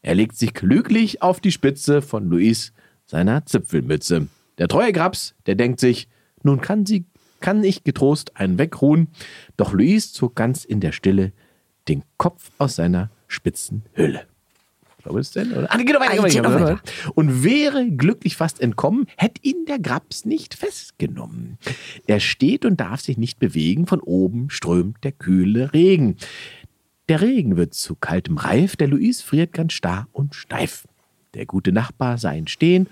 Er legt sich klüglich auf die Spitze von Luis seiner Zipfelmütze. Der treue Grabs, der denkt sich, nun kann sie kann ich getrost einen wegruhen, doch Luis zog ganz in der Stille den Kopf aus seiner spitzen Hülle. Ich glaube, es ist denn, oder? Ah, geht doch weiter, Ah, geht geht doch noch weiter. Und wäre glücklich fast entkommen, hätte ihn der Grabs nicht festgenommen. Er steht und darf sich nicht bewegen, von oben strömt der kühle Regen. Der Regen wird zu kaltem Reif, der Luis friert ganz starr und steif. Der gute Nachbar sah ihn stehen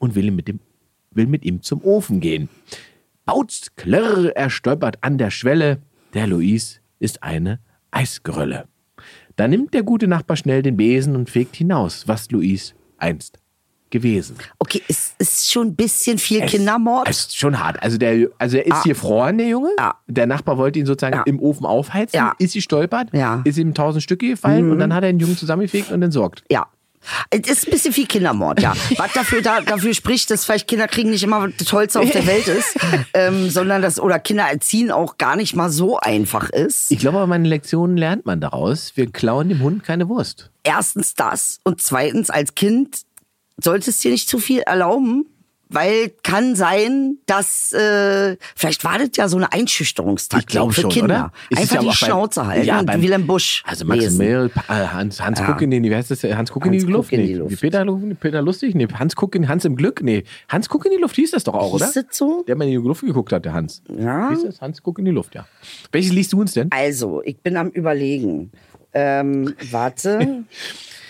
und will mit, dem, will mit ihm zum Ofen gehen. Bautz klirr, er stolpert an der Schwelle. Der Luis ist eine Eisgrölle. Da nimmt der gute Nachbar schnell den Besen und fegt hinaus, was Luis einst gewesen. Okay, es ist schon ein bisschen viel Es- Kindermord. Ah. Es ist schon hart. Also der, also er ist hier gefroren, der Junge. Ja. Der Nachbar wollte ihn sozusagen Ja. im Ofen aufheizen, Ja. ist sie stolpert, Ja. Mhm. ist ihm tausend Stücke gefallen und dann hat er den Jungen zusammengefegt und entsorgt. ja. Es ist ein bisschen viel Kindermord, ja. Was dafür, da, dafür spricht, dass vielleicht Kinder kriegen nicht immer das Tollste auf der Welt ist, ähm, sondern dass, oder Kinder erziehen auch gar nicht mal so einfach ist. Ich glaube aber, meine Lektionen lernt man daraus. Wir klauen dem Hund keine Wurst. Erstens das und zweitens als Kind solltest du dir nicht zu viel erlauben, weil kann sein, dass, äh, vielleicht war das ja so eine Einschüchterungstaktik für Kinder. Ist es Einfach ja die auch beim- Schnauze halten ja, und beim- Wilhelm Busch Also lesen. Maximilian, äh, Hans, Hans Ja. Kuck in den, wie heißt das? Hans Kuck in die Hans Kuck Luft? in Nee. die Luft. Peter, Lu- Peter Lustig? Nee, Hans Kuck in, Hans im Glück? Nee, Hans Kuck in die Luft hieß das doch auch, oder? Hieß das so? Der mal in die Luft geguckt hat, der Hans. Ja. Hieß das? Hans Kuck in die Luft, ja. Welches liest du uns denn? Also, ich bin am Überlegen. Ähm, warte.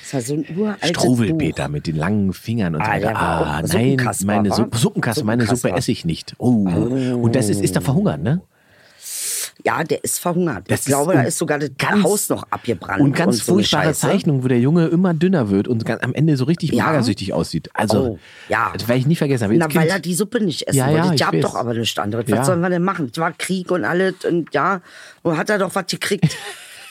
Das war so ein uraltes Struwelpeter mit den langen Fingern und Ah, so der weiter. war auch Ah, ein nein, Suppenkasper, meine wa? Suppe, Suppenkasse, meine Suppe Suppenkasper. esse ich nicht. Oh. Und das ist, ist da verhungert, ne? Buch. Ja, der ist verhungert. Das ich glaube, ist- da ist sogar das ganz- Haus noch abgebrannt. Und ganz so eine furchtbare Scheiße. Zeichnung, wo der Junge immer dünner wird und ganz, am Ende so richtig Ja. magersüchtig aussieht. Also, Oh, ja. das werde ich nie vergessen. Aber Na, jetzt weil Kind- er die Suppe nicht essen Ja, ja, wollte. ich Ich gab weiß. doch aber nichts anderes. Ja. Was sollen wir denn machen? Es war Krieg und alles und ja, und hat er doch was gekriegt.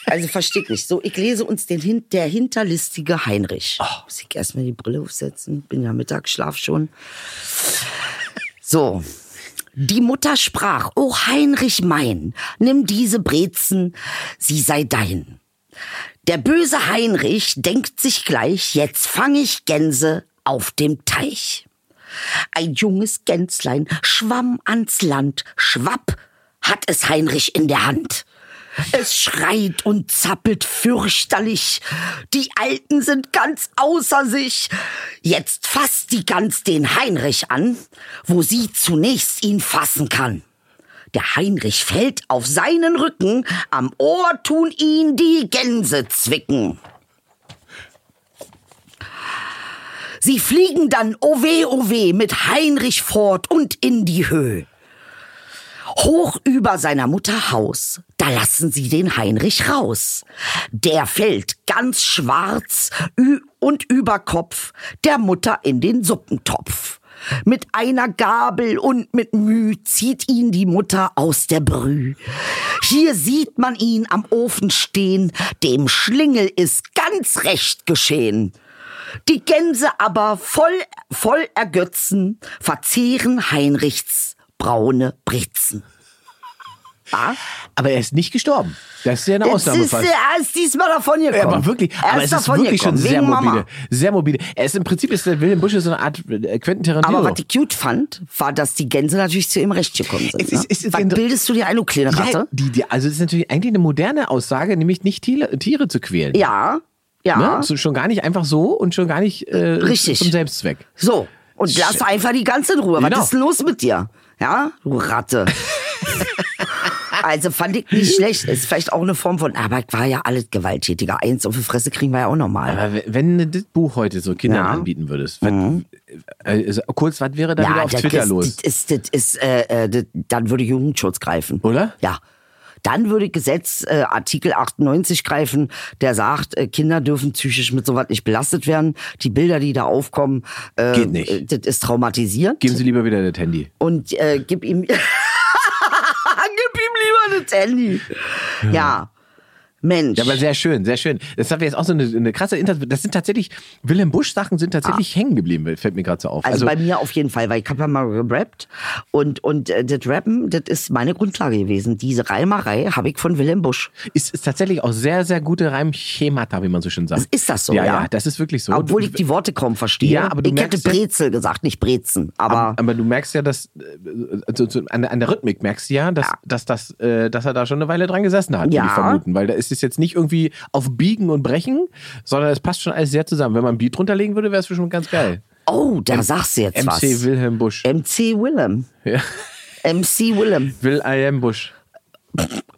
Also verstehe ich nicht. So, ich lese uns den Hin der hinterlistige Heinrich. Muss ich erstmal die Brille aufsetzen? Bin ja Mittagsschlaf schon. So. Die Mutter sprach, O Heinrich mein, nimm diese Brezen, sie sei dein. Der böse Heinrich denkt sich gleich, jetzt fange ich Gänse auf dem Teich. Ein junges Gänslein schwamm ans Land, schwapp hat es Heinrich in der Hand. Es schreit und zappelt fürchterlich. Die Alten sind ganz außer sich. Jetzt fasst die Gans den Heinrich an, wo sie zunächst ihn fassen kann. Der Heinrich fällt auf seinen Rücken, am Ohr tun ihn die Gänse zwicken. Sie fliegen dann o weh, o weh mit Heinrich fort und in die Höhe. Hoch über seiner Mutter Haus, da lassen sie den Heinrich raus. Der fällt ganz schwarz ü- und über Kopf der Mutter in den Suppentopf. Mit einer Gabel und mit Mühe zieht ihn die Mutter aus der Brühe. Hier sieht man ihn am Ofen stehen, dem Schlingel ist ganz recht geschehen. Die Gänse aber voll, voll ergötzen, verzehren Heinrichs braune Brezen. Ah, aber er ist nicht gestorben. Das ist ja eine jetzt ist, äh, Ausnahmefall. er ist diesmal davon gekommen. Ja, aber wirklich, Er aber es ist ist davon wirklich schon gekommen, sehr wegen Mama. mobile, sehr mobile. Er ist im Prinzip ist der Wilhelm Busch so eine Art äh, Quentin Tarantino. Aber was ich cute fand, war, dass die Gänse natürlich zu ihrem Recht gekommen sind. Es ist- ne? es ist was inter- bildest du dir eine kleine ja, Ratte? die, die, also es ist natürlich eigentlich eine moderne Aussage, nämlich nicht Tiere, Tiere zu quälen. Ja, ja. Ne? So, schon gar nicht einfach so und schon gar nicht äh, Richtig. zum Selbstzweck. So, und lass einfach die ganze in Ruhe. Genau. Was ist denn los mit dir? Ja, du Ratte. also fand ich nicht schlecht. Ist vielleicht auch eine Form von, aber es war ja alles gewalttätiger. Eins auf die Fresse kriegen wir ja auch normal. Aber w- wenn du das Buch heute so Kindern Ja. Mhm. anbieten würdest, was, äh, also kurz, was wäre da wieder auf das Twitter ist, los? Das ist, das ist, äh, äh, das, dann würde Jugendschutz greifen. Oder? Ja. Dann würde Gesetz äh, Artikel 98 greifen, der sagt, äh, Kinder dürfen psychisch mit sowas nicht belastet werden. Die Bilder, die da aufkommen, äh, Geht nicht. äh, Das ist traumatisierend. Geben Sie lieber wieder das Handy. und äh, gib ihm gib ihm lieber das Handy. Ja. Mensch. Ja, aber sehr schön, sehr schön. Das haben wir jetzt auch so eine, eine krasse Inter Das sind tatsächlich, Willem Busch-Sachen sind tatsächlich hängen geblieben, fällt mir gerade so auf. Ah. also, Also, bei mir auf jeden Fall, weil ich habe ja mal gerappt und und äh, das Rappen, das ist meine Grundlage gewesen. Diese Reimerei habe ich von Willem Busch. ist, ist tatsächlich auch sehr, sehr gute Reimschemata, wie man so schön sagt. Ist das so? Ja, Ja, ja, das ist wirklich so. Obwohl Du- ich die Worte kaum verstehe. Ja, aber du ich hätte merkst ja- Brezel gesagt, nicht Brezen, aber aber du merkst ja, dass äh, also, zu- an, an der Rhythmik merkst du ja, dass, Ja. dass, dass, äh, dass er da schon eine Weile dran gesessen hat, würde Ja. ich vermuten. Weil da ist es jetzt nicht irgendwie auf Biegen und Brechen, sondern es passt schon alles sehr zusammen. Wenn man ein Beat drunterlegen würde, wäre es schon ganz geil. oh, da sagst du jetzt MC was. Wilhelm Busch. MC Willem. Ja. MC Willem. Will I am Busch.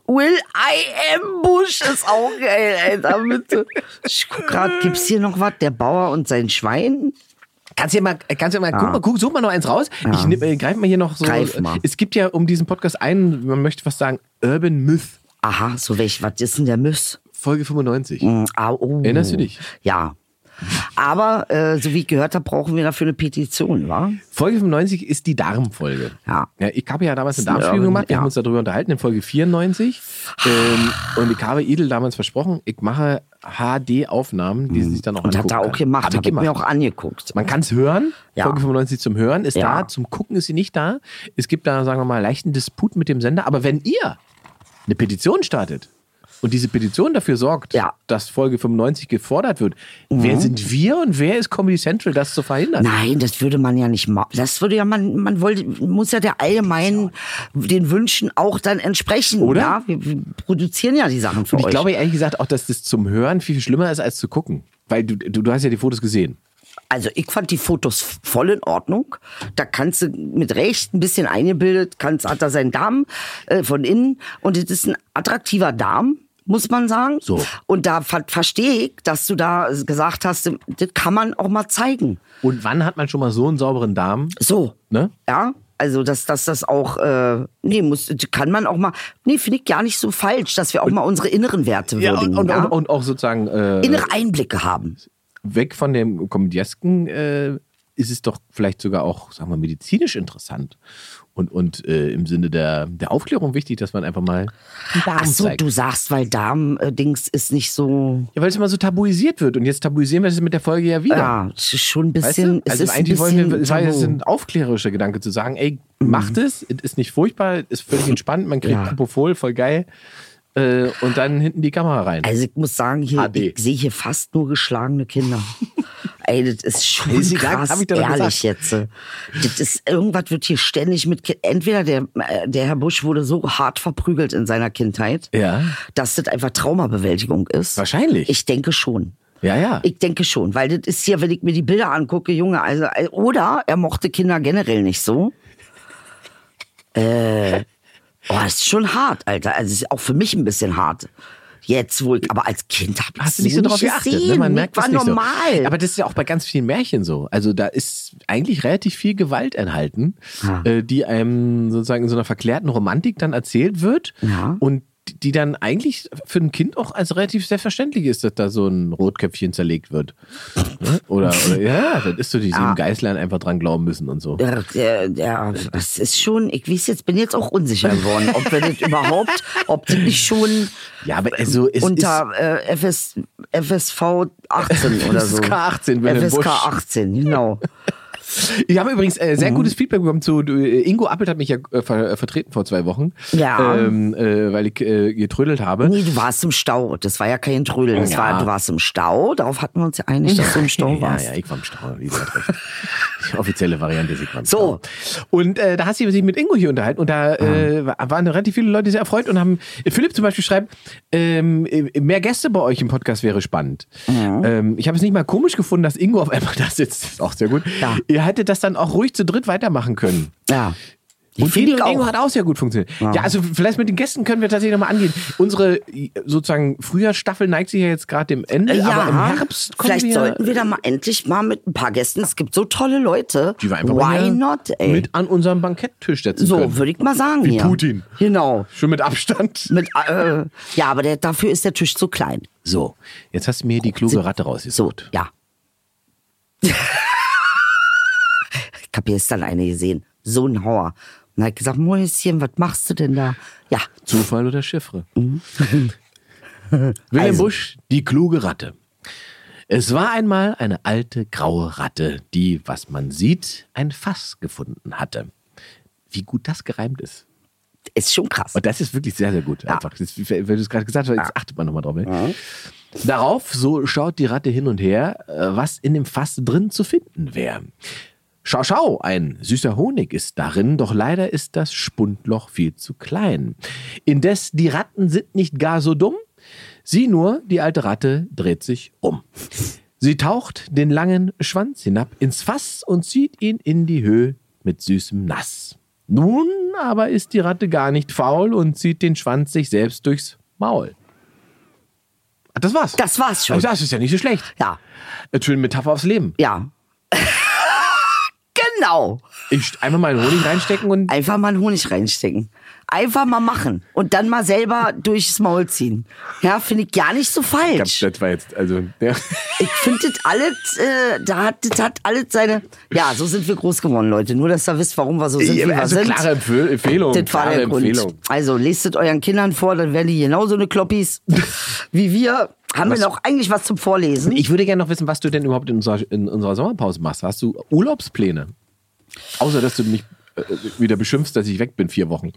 Will I am Bush ist auch geil, Alter, bitte. Ich guck grad, gibt's hier noch was? Der Bauer und sein Schwein? Kannst du ja mal, kannst ja mal, guck mal, guck, such mal noch eins raus. Ah. Ich nehm, äh, greif mal hier noch so. Greif mal. Es gibt ja um diesen Podcast einen, man möchte was sagen, Urban Myth, Aha, so welch, was ist denn der Müss? Folge 95. Mm, ah, oh. Erinnerst du dich? Ja. Aber, äh, so wie ich gehört habe, brauchen wir dafür eine Petition, wa? Folge 95 ist die Darmfolge. Ja. ich habe ja damals eine Ist ein Darmspiegelung Urban- gemacht. Wir ja. haben uns darüber unterhalten in Folge 94. ähm, und ich habe Idel damals versprochen, ich mache HD-Aufnahmen, die sie sich dann auch Mhm. Und hat er angucken auch kann. gemacht, Hab habe ich ich gemacht. mir auch angeguckt. Man kann es hören. Ja. Folge 95 zum Hören ist Ja. da, zum Gucken ist sie nicht da. Es gibt da, sagen wir mal, leichten Disput mit dem Sender. Aber wenn ihr eine Petition startet und diese Petition dafür sorgt, Ja. Mhm. dass Folge 95 gefordert wird, wer sind wir und wer ist Comedy Central, das zu verhindern? Nein, das würde man ja nicht machen. Das würde ja man, man wollte, muss ja der allgemeinen den Wünschen auch dann entsprechen, Oder? Ja, wir, wir produzieren ja die Sachen für Und ich euch. glaube ehrlich gesagt auch, dass das zum Hören viel, viel schlimmer ist als zu gucken. Weil du, du, du hast ja die Fotos gesehen. also ich fand die Fotos voll in Ordnung. Da kannst du mit Recht ein bisschen eingebildet, kannst, hat er seinen Darm äh, von innen und es ist ein attraktiver Darm. Muss man sagen. So. Und da ver verstehe ich, dass du da gesagt hast, das kann man auch mal zeigen. Und wann hat man schon mal so einen sauberen Darm? So. Ne? Ja, also dass dass das auch, äh, nee, muss, kann man auch mal, nee, finde ich gar nicht so falsch, dass wir auch mal unsere inneren Werte Ja, würdigen. und, und, ja? und, und auch sozusagen äh, innere Einblicke haben. weg von dem Komödiesken äh, ist es doch vielleicht sogar auch, sagen wir, medizinisch interessant. Und, und äh, im Sinne der, der Aufklärung wichtig, dass man einfach mal einen Darm Ach so, zeigt. du sagst, weil Darm-Dings ist nicht so. Ja, weil es immer so tabuisiert wird. Und jetzt tabuisieren wir das mit der Folge ja wieder. Ja, es ist schon ein Weißt bisschen. du? Es Also ist ein eigentlich wollen bisschen wir, es war jetzt tabu. Mhm. ein aufklärerischer Gedanke zu sagen, ey, macht es, es ist nicht furchtbar, ist völlig entspannt, man kriegt Ja. Propofol, voll geil. Äh, und dann hinten die Kamera rein. Also ich muss sagen, hier, HD. ich sehe hier fast nur geschlagene Kinder. Ey, das ist schon Ist egal, krass, hab ich doch ehrlich gesagt. jetzt. äh. Das ist, irgendwas wird hier ständig mit, Ki- entweder der, äh, der Herr Busch wurde so hart verprügelt in seiner Kindheit, Ja. dass das einfach Traumabewältigung ist. Wahrscheinlich. Ich denke schon. ja, ja. Ich denke schon, weil das ist hier, wenn ich mir die Bilder angucke, Junge, also, äh, oder er mochte Kinder generell nicht so. Äh, oh, das ist schon hart, Alter. Also, es ist auch für mich ein bisschen hart. Jetzt wohl, aber als Kind hab ich Hast du nicht so drauf geachtet? gesehen. Ne? Man merkt das das war nicht normal. so. Aber das ist ja auch bei ganz vielen Märchen so. Also da ist eigentlich relativ viel Gewalt enthalten, äh, die einem sozusagen in so einer verklärten Romantik dann erzählt wird Ja. und die dann eigentlich für ein Kind auch als relativ selbstverständlich ist, dass da so ein Rotköpfchen zerlegt wird. Ne? Oder, oder ja, das ist so, die sieben Geißlein einfach dran glauben müssen und so. Ja, ja, ja, das ist schon, ich weiß jetzt, bin jetzt auch unsicher geworden, ob wir das überhaupt, ob das nicht schon Ja, aber also es unter äh, FS, FSV 18 oder so. FSK 18, Wilhelm FSK Busch. 18, genau. Ich habe übrigens äh, Mhm. sehr gutes Feedback bekommen zu äh, Ingo Appelt hat mich ja äh, ver, äh, vertreten vor zwei Wochen, Ja. ähm, äh, weil ich äh, getrödelt habe. Nee, du warst im Stau. Das war ja kein Trödeln. Das Ja. war, du warst im Stau. Darauf hatten wir uns ja einig, dass du im Stau warst. Ja, ja, ich war im Stau. Lisa hat recht. Die offizielle Variante ist, ich war im So. Ah. Stau. Und äh, da hast du dich mit Ingo hier unterhalten und da äh, waren relativ viele Leute sehr erfreut und haben, äh, Philipp zum Beispiel schreibt, ähm, äh, mehr Gäste bei euch im Podcast wäre spannend. Mhm. Ähm, ich habe es nicht mal komisch gefunden, dass Ingo auf einmal da sitzt. Das ist auch sehr gut. Ja. Ihr hättet das dann auch ruhig zu dritt weitermachen können. Ja. Die Und finde Edi ich und Ingo auch. hat auch sehr gut funktioniert. Ja. also vielleicht mit den Gästen können wir tatsächlich nochmal angehen. Unsere äh, sozusagen Frühjahrsstaffel neigt sich ja jetzt gerade dem Ende, Äh, Ja, aber im Herbst kommen vielleicht wir sollten wir da mal endlich mal mit ein paar Gästen. Es gibt so tolle Leute. die wir einfach mal Why hier not, ey? mit an unserem Bankettisch setzen so, können. würde ich mal sagen Wie hier. Putin. Genau. Schon mit Abstand. Mit, äh, ja, aber der, dafür ist der Tisch zu klein. So, jetzt hast du mir hier die kluge Ratte So, rausgesucht. ja. ich habe gestern eine gesehen. So ein Hauer. Und er hat gesagt, Mäuschen, was machst du denn da? Ja, Zufall oder Chiffre? Wilhelm Mhm. Also. Busch, die kluge Ratte. Es war einmal eine alte graue Ratte, die, was man sieht, ein Fass gefunden hatte. Wie gut das gereimt ist. ist schon krass. Und das ist wirklich sehr, sehr gut. Einfach. Das, wenn du es gerade gesagt hast, jetzt achtet man nochmal drauf. ey. Darauf so schaut die Ratte hin und her, äh, was in dem Fass drin zu finden wäre. Schau, schau, ein süßer Honig ist darin, doch leider ist das Spundloch viel zu klein. Indes, die Ratten sind nicht gar so dumm. Sie nur, die alte Ratte, dreht sich um. Sie taucht den langen Schwanz hinab ins Fass und zieht ihn in die Höhe mit süßem Nass. Nun aber ist die Ratte gar nicht faul und zieht den Schwanz sich selbst durchs Maul. Ah, Das war's. Das war's schon. Also das ist ja nicht so schlecht. Ja, Eine schöne Metapher aufs Leben. ja. Genau. Ich einfach mal einen Honig reinstecken und Einfach mal einen Honig reinstecken. Einfach mal machen und dann mal selber durchs Maul ziehen. Ja, finde ich gar nicht so falsch. das war jetzt, also, ja. Ich finde das alles, äh, da hat, das hat alles seine. Ja, so sind wir groß geworden, Leute. Nur, dass ihr wisst, warum wir so sind, wie wir Also sind. klare Empfehl- Empfehlung. das war klare der Grund. Empfehlung. Also lestet euren Kindern vor, dann werden die genauso eine Kloppis wie wir. Haben Was- wir noch eigentlich was zum Vorlesen? Ich würde gerne noch wissen, was du denn überhaupt in unserer, in unserer Sommerpause machst. Hast du Urlaubspläne? Außer, dass du mich äh, wieder beschimpfst, dass ich weg bin vier Wochen.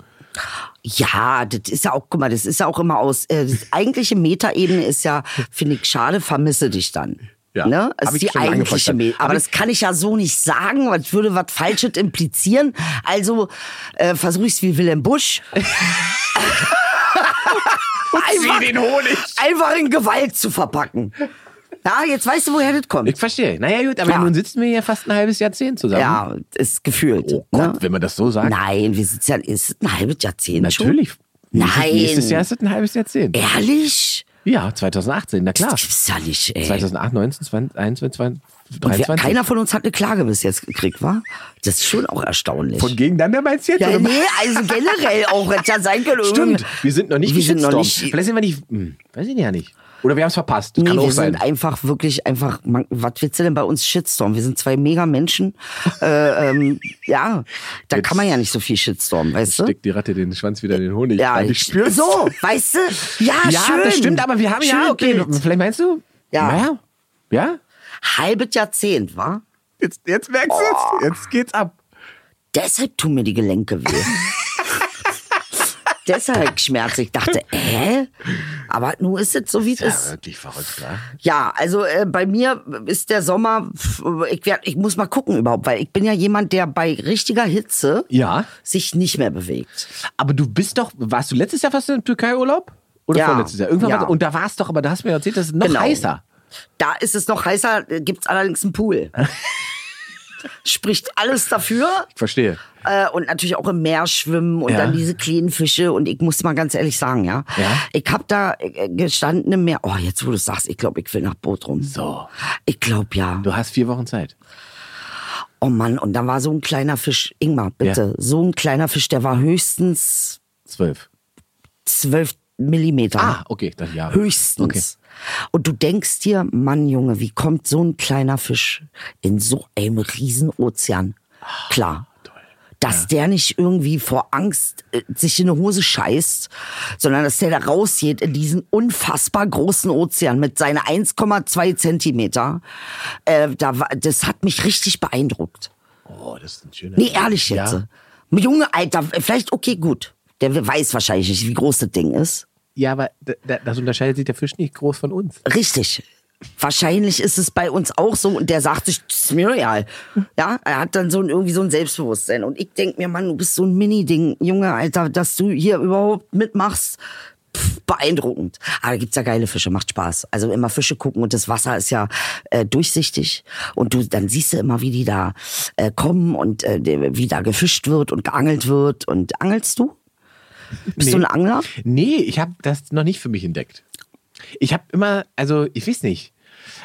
Ja, das ist ja auch, guck mal, das ist ja auch immer aus. Äh, das eigentliche Metaebene ist ja, finde ich, schade, vermisse dich dann. Ja, Ne? hab Das ich ist die schon lange eigentliche verstanden. Me Hab Aber ich- das kann ich ja so nicht sagen, weil es würde was Falsches implizieren. Also äh, versuche ich es wie Wilhelm Busch. einfach, den Honig! einfach in Gewalt zu verpacken. Ja, jetzt weißt du, woher das kommt. Ich verstehe. Naja, gut, aber Ja. nun sitzen wir hier fast ein halbes Jahrzehnt zusammen. Ja, ist gefühlt. Oh Gott, ne? wenn man das so sagt. Nein, wir sitzen ja, ist es ein halbes Jahrzehnt Natürlich. Nein. Nächstes Jahr ist es ein halbes Jahrzehnt. schon. Ehrlich? Ja, 2018, na klar. Das gibt's ja nicht, ey. 2008, 19, 20, 21, 22, Und wer, 23. keiner von uns hat eine Klage bis jetzt gekriegt, war? Das ist schon auch erstaunlich. Von gegeneinander meinst du jetzt? ja, oder? nee, also generell auch hätte ja sein können. Stimmt, wir sind noch nicht Wir sind noch gestorben. nicht- Vielleicht sind wir nicht, hm, weiß ich ja nicht. Oder wir haben es verpasst. Nee, Kann auch wir sein. sind einfach wirklich einfach, man, was willst du denn bei uns Shitstorm? Wir sind zwei mega Menschen. äh, ähm, ja, da Jetzt- kann man ja nicht so viel Shitstorm, weißt du? Steckt die Ratte den Schwanz wieder in den Honig. Ja, an, ich spür's. so, weißt du? Ja, Ja, schön. das stimmt, aber wir haben ja, Schön okay, Bild. vielleicht meinst du? Ja. Naja, ja? Halbes Jahrzehnt, war? Jetzt, jetzt merkst Oh. du es. Jetzt geht's ab. Deshalb tun mir die Gelenke weh. Deshalb schmerzt. Ich dachte, äh? Aber nun ist es so, wie es ist. wirklich verrückt, klar. Ja, also äh, bei mir ist der Sommer, pf, ich, werd, ich muss mal gucken überhaupt, weil ich bin ja jemand, der bei richtiger Hitze Ja, sich nicht mehr bewegt. aber du bist doch, warst du letztes Jahr fast im Türkei-Urlaub? Oder Ja. vorletztes Jahr? Irgendwann Ja. warst- Und da warst doch, aber da hast du mir erzählt, das ist noch Genau. heißer. Da ist es noch heißer, äh, gibt's allerdings einen Pool. Spricht alles dafür. Ich verstehe. Äh, und natürlich auch im Meer schwimmen und Ja. dann diese kleinen Fische. Und ich muss mal ganz ehrlich sagen, ja. Ja. Ich habe da äh, gestanden im Meer. Oh, jetzt wo du sagst, ich glaube, ich will nach Bodrum. So. Ich glaube ja. Du hast vier Wochen Zeit. Oh Mann, und da war so ein kleiner Fisch. Ingmar, bitte. So ein kleiner Fisch, der war höchstens Zwölf. 12 Millimeter. Ah, okay, dann ja. Höchstens. Okay. Und du denkst dir, Mann, Junge, wie kommt so ein kleiner Fisch in so einem riesen Ozean? Ah, Klar. Dass der nicht irgendwie vor Angst äh, sich in eine Hose scheißt, sondern dass der da rausgeht in diesen unfassbar großen Ozean mit seinen 1,2 Zentimeter. Äh, da war, das hat mich richtig beeindruckt. Oh, das ist ein schöner. Nee, ehrlich jetzt. Ja, Junge, Alter, vielleicht, okay, gut. Der weiß wahrscheinlich nicht, wie groß das Ding ist. ja aber da- da- das unterscheidet sich der Fisch nicht groß von uns. Richtig. Wahrscheinlich ist es bei uns auch so und der sagt sich, "Das ist mir real. Ja, er hat dann so ein, irgendwie so ein Selbstbewusstsein und ich denk mir, Mann, du bist so ein Mini-Ding, Junge, Alter, dass du hier überhaupt mitmachst. Pff, beeindruckend. Aber da gibt's ja geile Fische, macht Spaß. Also immer Fische gucken und das Wasser ist ja äh, durchsichtig und du dann siehst du immer, wie die da äh, kommen und äh, die- wie da gefischt wird und geangelt wird und angelst du? Bist du Nee. ein Angler? Nee, ich habe das noch nicht für mich entdeckt. Ich habe immer, also ich weiß nicht.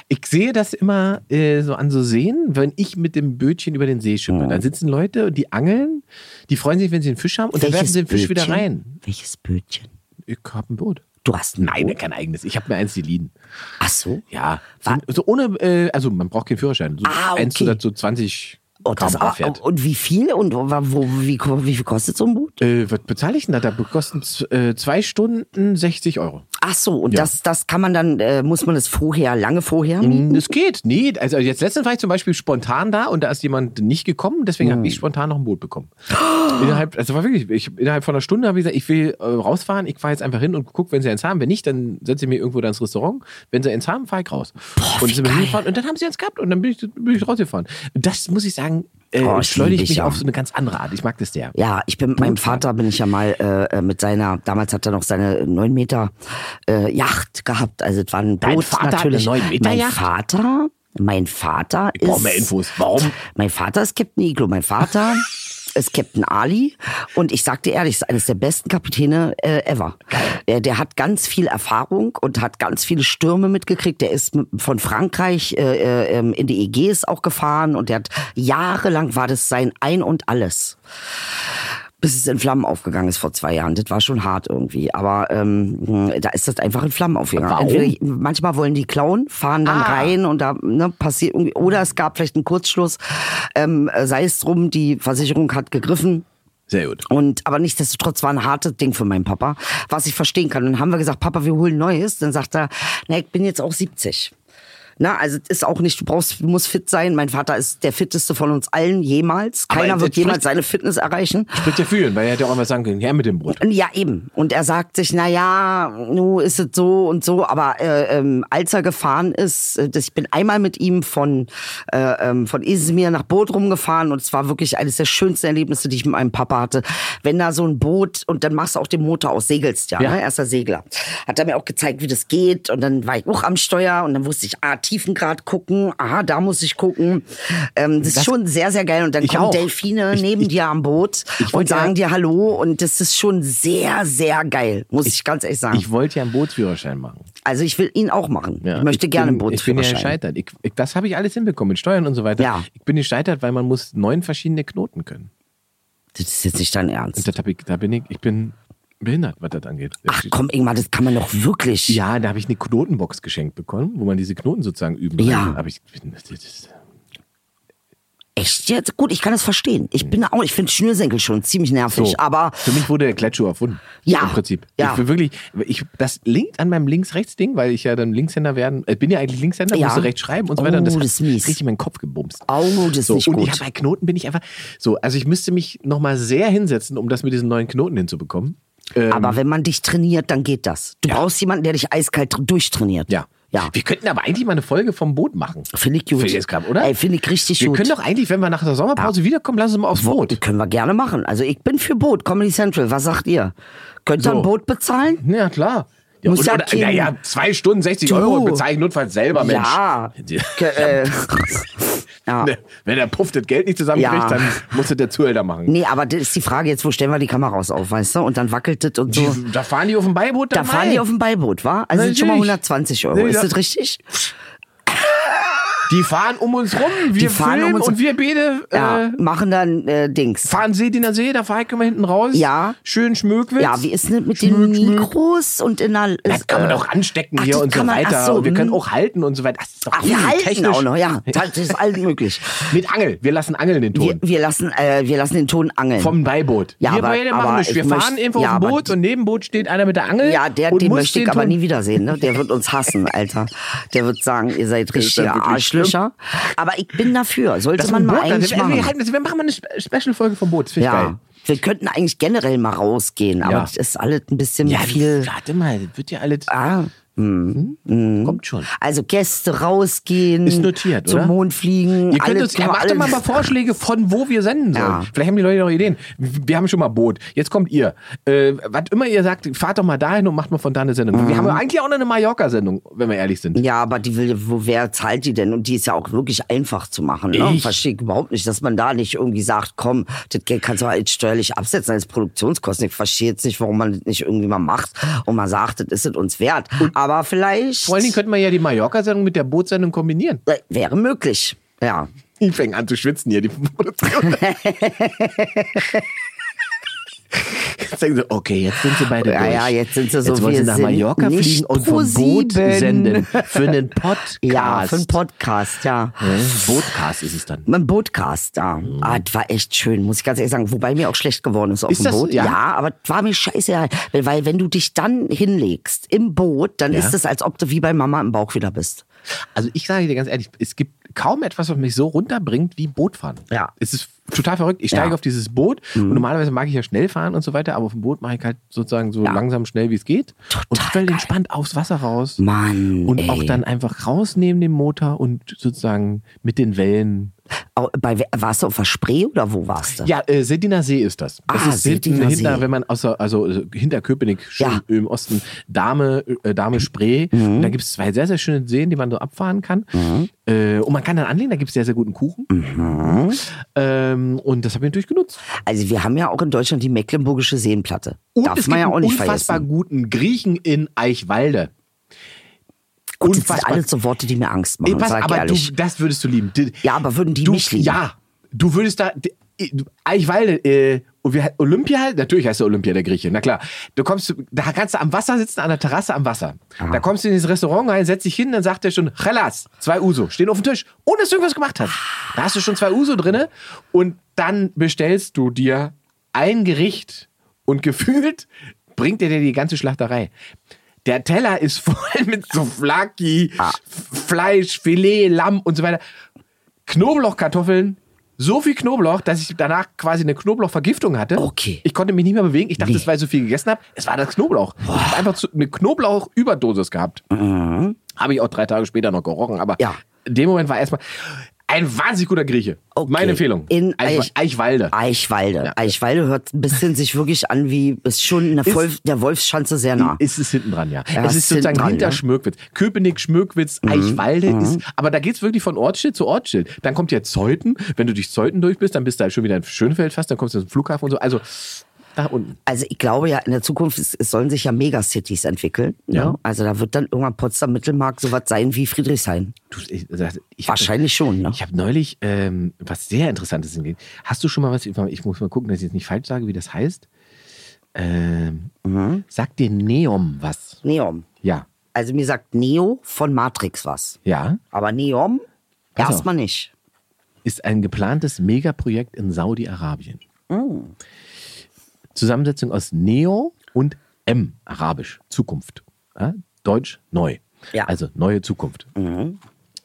Ich sehe das immer äh, so an so Seen, wenn ich mit dem Bötchen über den See schippe. Mhm. Dann sitzen Leute und die angeln, die freuen sich, wenn sie einen Fisch haben und dann werfen sie den Fisch wieder Bötchen? rein. Welches Bötchen? Ich habe ein Boot. Du hast ein Nein, Boot? kein eigenes. Ich habe mir eins geliehen. Ach so. Ja, so, so ohne, äh, also man braucht keinen Führerschein. So Ah, Eins zu okay. dazu 20 Oh, das, km/h aber- fährt. und wie viel? Und wo, wo, wie, wie viel kostet so ein Boot? Äh, was bezahle ich denn da? Da kosten z- äh, zwei Stunden 60 Euro. Ach so, und Ja. das, das kann man dann, äh, muss man das vorher, lange vorher mieten? Das Hm, geht. Nee, also jetzt letztens war ich zum Beispiel spontan da und da ist jemand nicht gekommen, deswegen Hm. habe ich spontan noch ein Boot bekommen. Innerhalb, also war wirklich, ich, innerhalb von einer Stunde habe ich gesagt, ich will äh, rausfahren, ich fahre jetzt einfach hin und guck, wenn sie eins haben. Wenn nicht, dann setze ich mir irgendwo da ins Restaurant. Wenn sie eins haben, fahre ich raus. und, sind wir hingefahren, und dann haben sie eins gehabt und dann bin ich, bin ich rausgefahren. Das muss ich sagen, äh, Oh, ich schleudere ich liebe mich dich, ja. auf so eine ganz andere Art. Ich mag das sehr. Ja, ich bin mit Hm? meinem Vater bin ich ja mal äh, äh, mit seiner, damals hat er noch seine 9 Meter äh, Yacht gehabt. Also es war ein Dein Boot Vater hat eine natürlich. 9 Meter mein Yacht? Vater, mein Vater ist. brauch mehr Infos. Warum? Mein Vater ist Captain Iglo. Mein Vater ist Captain Ali. Und ich sag dir ehrlich, ist eines der besten Kapitäne äh, ever. Der, der hat ganz viel Erfahrung und hat ganz viele Stürme mitgekriegt. Der ist mit- von Frankreich äh, äh, ähm, in die Ägäis auch gefahren und der hat jahrelang war das sein Ein und Alles bis es in Flammen aufgegangen ist vor zwei Jahren. Das war schon hart irgendwie. Aber ähm, da ist das einfach in Flammen aufgegangen. Warum? Ah. Entweder, manchmal wollen die klauen, fahren dann rein und da ne, passiert irgendwie. Oder es gab vielleicht einen Kurzschluss. Ähm, sei es drum, die Versicherung hat gegriffen. Sehr gut. Und aber nichtsdestotrotz war ein hartes Ding für meinen Papa, was ich verstehen kann. Und dann haben wir gesagt, Papa, wir holen Neues. Dann sagt er, na, ich bin jetzt auch 70. Na, also es ist auch nicht, du brauchst, du musst fit sein. Mein Vater ist der fitteste von uns allen jemals. Aber Keiner das wird jemals spricht- seine Fitness erreichen. Spricht ja für ihn, weil er hätte auch mal sagen können, her mit dem Brot. Ja, eben. Und er sagt sich, na ja, nu ist es so und so. Aber äh, ähm, als er gefahren ist, äh, das, ich bin einmal mit ihm von, äh, ähm, von Izmir nach Bodrum gefahren und es war wirklich eines der schönsten Erlebnisse, die ich mit meinem Papa hatte. Wenn da so ein Boot und dann machst du auch den Motor aus, segelst ja, Ja. Ne? er ist ja Segler. Hat er mir auch gezeigt, wie das geht und dann war ich auch am Steuer und dann wusste ich, ah, Tiefengrad gucken, aha, da muss ich gucken. Ähm, das, ist schon sehr, sehr geil und dann Ich kommen auch. Delfine Ich- neben ich- dir am Boot und wollte ja- sagen dir Hallo und das ist schon sehr, sehr geil, muss ich, ganz ehrlich sagen. Ich wollte ja einen Bootsführerschein machen. also ich will ihn auch machen. Ja, ich möchte gerne einen bin- Ich bin ja Bootsführerschein. gescheitert. Ich, ich, das habe ich alles hinbekommen mit Steuern und so weiter. Ja. Ich bin gescheitert, weil man muss neun verschiedene Knoten können. das ist jetzt nicht dein Ernst. Und das hab ich, da bin ich, ich bin behindert, was das angeht. Ach komm, Ingmar, das kann man doch wirklich. Ja, da habe ich eine Knotenbox geschenkt bekommen, wo man diese Knoten sozusagen üben Ja. kann. Aber ich, das ist, Echt jetzt? Gut, ich kann das verstehen. Ich bin auch, ich finde Schnürsenkel schon ziemlich nervig, Mhm. So. aber Für mich wurde der Klettschuh erfunden. Ja. Im Prinzip. Ja. Ich bin wirklich, ich, das liegt an meinem Links-Rechts-Ding, weil ich ja dann Linkshänder werden, ich bin ja eigentlich Linkshänder, Ja. musste rechts schreiben und so Oh, weiter. Und das das ist mies. richtig meinen Kopf gebumst. Oh, das ist so, nicht und gut. Ich hab, bei Knoten bin ich einfach, so, also ich müsste mich nochmal sehr hinsetzen, um das mit diesen neuen Knoten hinzubekommen. Ähm, aber wenn man dich trainiert, dann geht das. Du brauchst jemanden, der dich eiskalt dr- durchtrainiert. ja. Ja. Wir könnten aber eigentlich mal eine Folge vom Boot machen. Finde ich gut. Finde ich jetzt grad, oder? Ey, finde ich richtig Wir gut. können doch eigentlich, wenn wir nach der Sommerpause wiederkommen, lass uns mal aufs Boot. können wir gerne machen. Also ich bin für Boot, Comedy Central. Was sagt ihr? Könnt ihr So. ein Boot bezahlen? Ja, klar. Ja, Muss und, ja oder, kein- naja, zwei Stunden 60 Du. Euro bezeichnen notfalls selber, Mensch. Ja. Ke- äh, ja. Ne, Wenn der Puff das Geld nicht zusammenkriegt, Ja. dann muss das der Zuhälter machen. Nee, aber das ist die Frage jetzt, wo stellen wir die Kameras auf, weißt du? Und dann wackelt das und so. Die, da fahren die auf dem Beiboot Da dann fahren rein. die auf dem Beiboot, wa? Also sind schon mal 120 Euro. Nee, Ist ja. das richtig? Die fahren um uns rum. Wir fahren um filmen uns- und wir beide äh, Ja, machen dann äh, Dings. fahren See, den See, da fahren können wir hinten raus. Ja. Schön Schmöckwitz. Ja, wie ist denn mit den Schmück, schmück. Mikros und in der... äh, Das kann man doch anstecken Ach, hier das und so kann man- ach weiter. so, und wir können hm. auch halten und so weiter. Das ist doch Ach, wir cool, halten technisch. auch noch, ja. Das ist alles möglich. Mit Angel. Wir lassen Angeln den Ton. Wir, wir, lassen, äh, wir lassen den Ton angeln. Vom Beiboot. Ja, wir aber- beide machen aber nichts. Wir ich fahren möcht- irgendwo ja, auf dem aber- Boot und neben Boot steht einer mit der Angel. Ja, der, Äh, und den muss möchte ich den aber Ton- nie wiedersehen. Ne? Der wird uns hassen, Alter. Der wird sagen, ihr seid richtige dann wirklich Arschlöcher. Aber ich bin dafür. Sollte Das man ist mal ein Boot, eigentlich also, wir- Wir, machen. halten das- wir machen mal eine Spe- Special-Folge vom Boot. Das finde ich Ja. geil. Wir könnten eigentlich generell mal rausgehen, aber Ja. das ist alles ein bisschen Ja, viel. warte mal, das wird ja alles. Ah, Kommt schon. also Gäste rausgehen, Ist notiert, zum oder? Mond fliegen. Ihr könnt alles, uns, können wir macht doch alles- mal, mal Vorschläge von wo wir senden sollen. Ja. Vielleicht haben die Leute noch Ideen. Wir haben schon mal Boot. Jetzt kommt ihr. Äh, was immer ihr sagt, fahrt doch mal dahin und macht mal von da eine Sendung. Mhm. Wir haben ja eigentlich auch noch eine Mallorca-Sendung, wenn wir ehrlich sind. Ja, aber die will, wo, wer zahlt die denn? Und die ist ja auch wirklich einfach zu machen. Ne? Ich. Verstehe ich überhaupt nicht, dass man da nicht irgendwie sagt, komm, das Geld kannst du halt steuerlich absetzen als Produktionskosten. Ich verstehe jetzt nicht, warum man das nicht irgendwie mal macht und mal sagt, das ist es uns wert. aber vielleicht Vor allen Dingen könnten wir ja die Mallorca-Sendung mit der Bootsendung kombinieren. äh, wäre möglich. Ja. Ich fängt an zu schwitzen hier, die Produktion. Jetzt denken sie, okay, jetzt sind sie beide Ja, durch. ja, jetzt sind sie so, Jetzt wollen wir sie nach sind Mallorca nicht fliegen und vom Boot ProSieben. senden. Für einen Podcast. Ja, für einen Podcast, ja. Podcast ist es dann. Mein Bootcast da. Mhm. Ah, das war echt schön, muss ich ganz ehrlich sagen. Wobei mir auch schlecht geworden ist auf Ist dem das- Boot. ja? aber das war mir scheiße. Weil, weil wenn du dich dann hinlegst im Boot, dann Ja. ist es, als ob du wie bei Mama im Bauch wieder bist. Also ich sage dir ganz ehrlich, es gibt kaum etwas, was mich so runterbringt wie Bootfahren. Ja. Es ist total verrückt. Ich steige Ja. Mhm. auf dieses Boot und normalerweise mag ich ja schnell fahren und so weiter, aber auf dem Boot mache ich halt sozusagen so langsam schnell, wie es geht. und Total völlig geil. entspannt aufs Wasser raus. Mann, Und ey. auch dann einfach rausnehmen den Motor und sozusagen mit den Wellen Au- Bei, we- warst du auf der Spree oder wo warst du? Ja, äh, Sediner See ist das. Das Ah, ist hinten, Seddiner hinter, See. wenn man außer, also äh, hinter Köpenick schön Ja. Mhm. im Osten, Dame, äh, Dame Spree. Und da gibt es zwei sehr, sehr schöne Seen, die man so abfahren kann. Äh, und man kann dann anlegen, da gibt es sehr, sehr guten Kuchen. Mhm. Ähm, und das habe ich natürlich genutzt. Also wir haben ja auch in Deutschland die Mecklenburgische Seenplatte. Und Darf es man gibt ja auch einen nicht unfassbar vergessen. guten Griechen in Eichwalde. Gut, das sind alles so Worte, die mir Angst machen, Nee, pass, sag ich aber du, ehrlich. das würdest du lieben. D- Ja, aber würden die du, mich lieben? Ja, du würdest da. d- i- du- Eichwalde, äh, und wir- Olympia, halt, natürlich heißt der Olympia der Grieche, na klar. Du kommst, da kannst du am Wasser sitzen, an der Terrasse am Wasser. Da kommst du in dieses Restaurant rein, setzt dich hin, dann sagt der schon, Chelas, zwei Uso, stehen auf dem Tisch, ohne dass du irgendwas gemacht hast. Da hast du schon zwei Uso drinne und dann bestellst du dir ein Gericht und gefühlt bringt er dir die ganze Schlachterei. Der Teller ist voll mit Souvlaki, Ah. F- Fleisch, Filet, Lamm und so weiter. Knoblauchkartoffeln. So viel Knoblauch, dass ich danach quasi eine Knoblauchvergiftung hatte. Okay. Ich konnte mich nicht mehr bewegen. Ich dachte, Nee. es weil ich so viel gegessen habe. Es war das Knoblauch. Ich habe einfach zu, eine Knoblauchüberdosis gehabt. Habe ich auch drei Tage später noch gerochen. Aber Mhm. Ja. in dem Moment war erstmal ein wahnsinnig guter Grieche. Okay. Meine Empfehlung. In Eichwa- Eich- Eichwalde. Eichwalde. Eichwalde hört ein bisschen sich wirklich an wie, ist schon in der, Ist- Wolf, der Wolfschanze sehr nah. Ist es hinten dran, ja. Ah. Ja, Mhm, es ist ist sozusagen hinten dran, hinter ne? Schmöckwitz. Köpenick, Schmöckwitz, Eichwalde ist. Aber da geht's wirklich von Ortsschild zu Ortsschild. Dann kommt ja Zeuthen. Wenn du durch Zeuthen durch bist, dann bist du halt schon wieder in Schönfeld fast, dann kommst du zum Flughafen und so. Also da unten. Also ich glaube ja, in der Zukunft es, es sollen sich ja Megacities entwickeln. Ja. Ne? Also da wird dann irgendwann Potsdam Mittelmark sowas sein wie Friedrichshain. Du, ich, das- ich hab- Wahrscheinlich schon, ne? Ich habe neulich ähm, was sehr Interessantes gesehen. Hast du schon mal was? Ich muss mal gucken, dass ich jetzt nicht falsch sage, wie das heißt. Ähm, Mhm. Sagt dir Neom was? Neom. Ja. Also mir sagt Neo von Matrix was. Ja. Aber Neom Pass auf. erstmal nicht. ist ein geplantes Megaprojekt in Saudi-Arabien. Zusammensetzung aus Neo und M, arabisch, Zukunft. Ja, Deutsch, neu. Ja. Also neue Zukunft.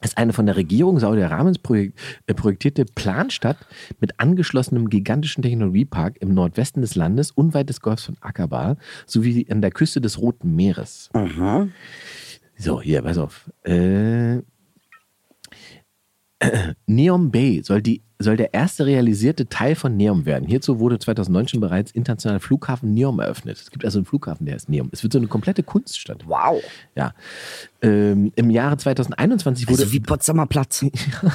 Ist eine von der Regierung Saudi-Arabiens projek äh, projektierte Planstadt mit angeschlossenem gigantischen Technologiepark im Nordwesten des Landes, unweit des Golfs von Aqaba, sowie an der Küste des Roten Meeres. So, hier, pass auf. Äh, Neom Bay soll, die, soll der erste realisierte Teil von Neom werden. Hierzu wurde 2019 bereits internationaler Flughafen Neom eröffnet. Es gibt also einen Flughafen, der ist Neom. Es wird so eine komplette Kunststadt. Wow. Ja. Ähm, Im Jahre 2021 wurde. Also wie Potsdamer Platz.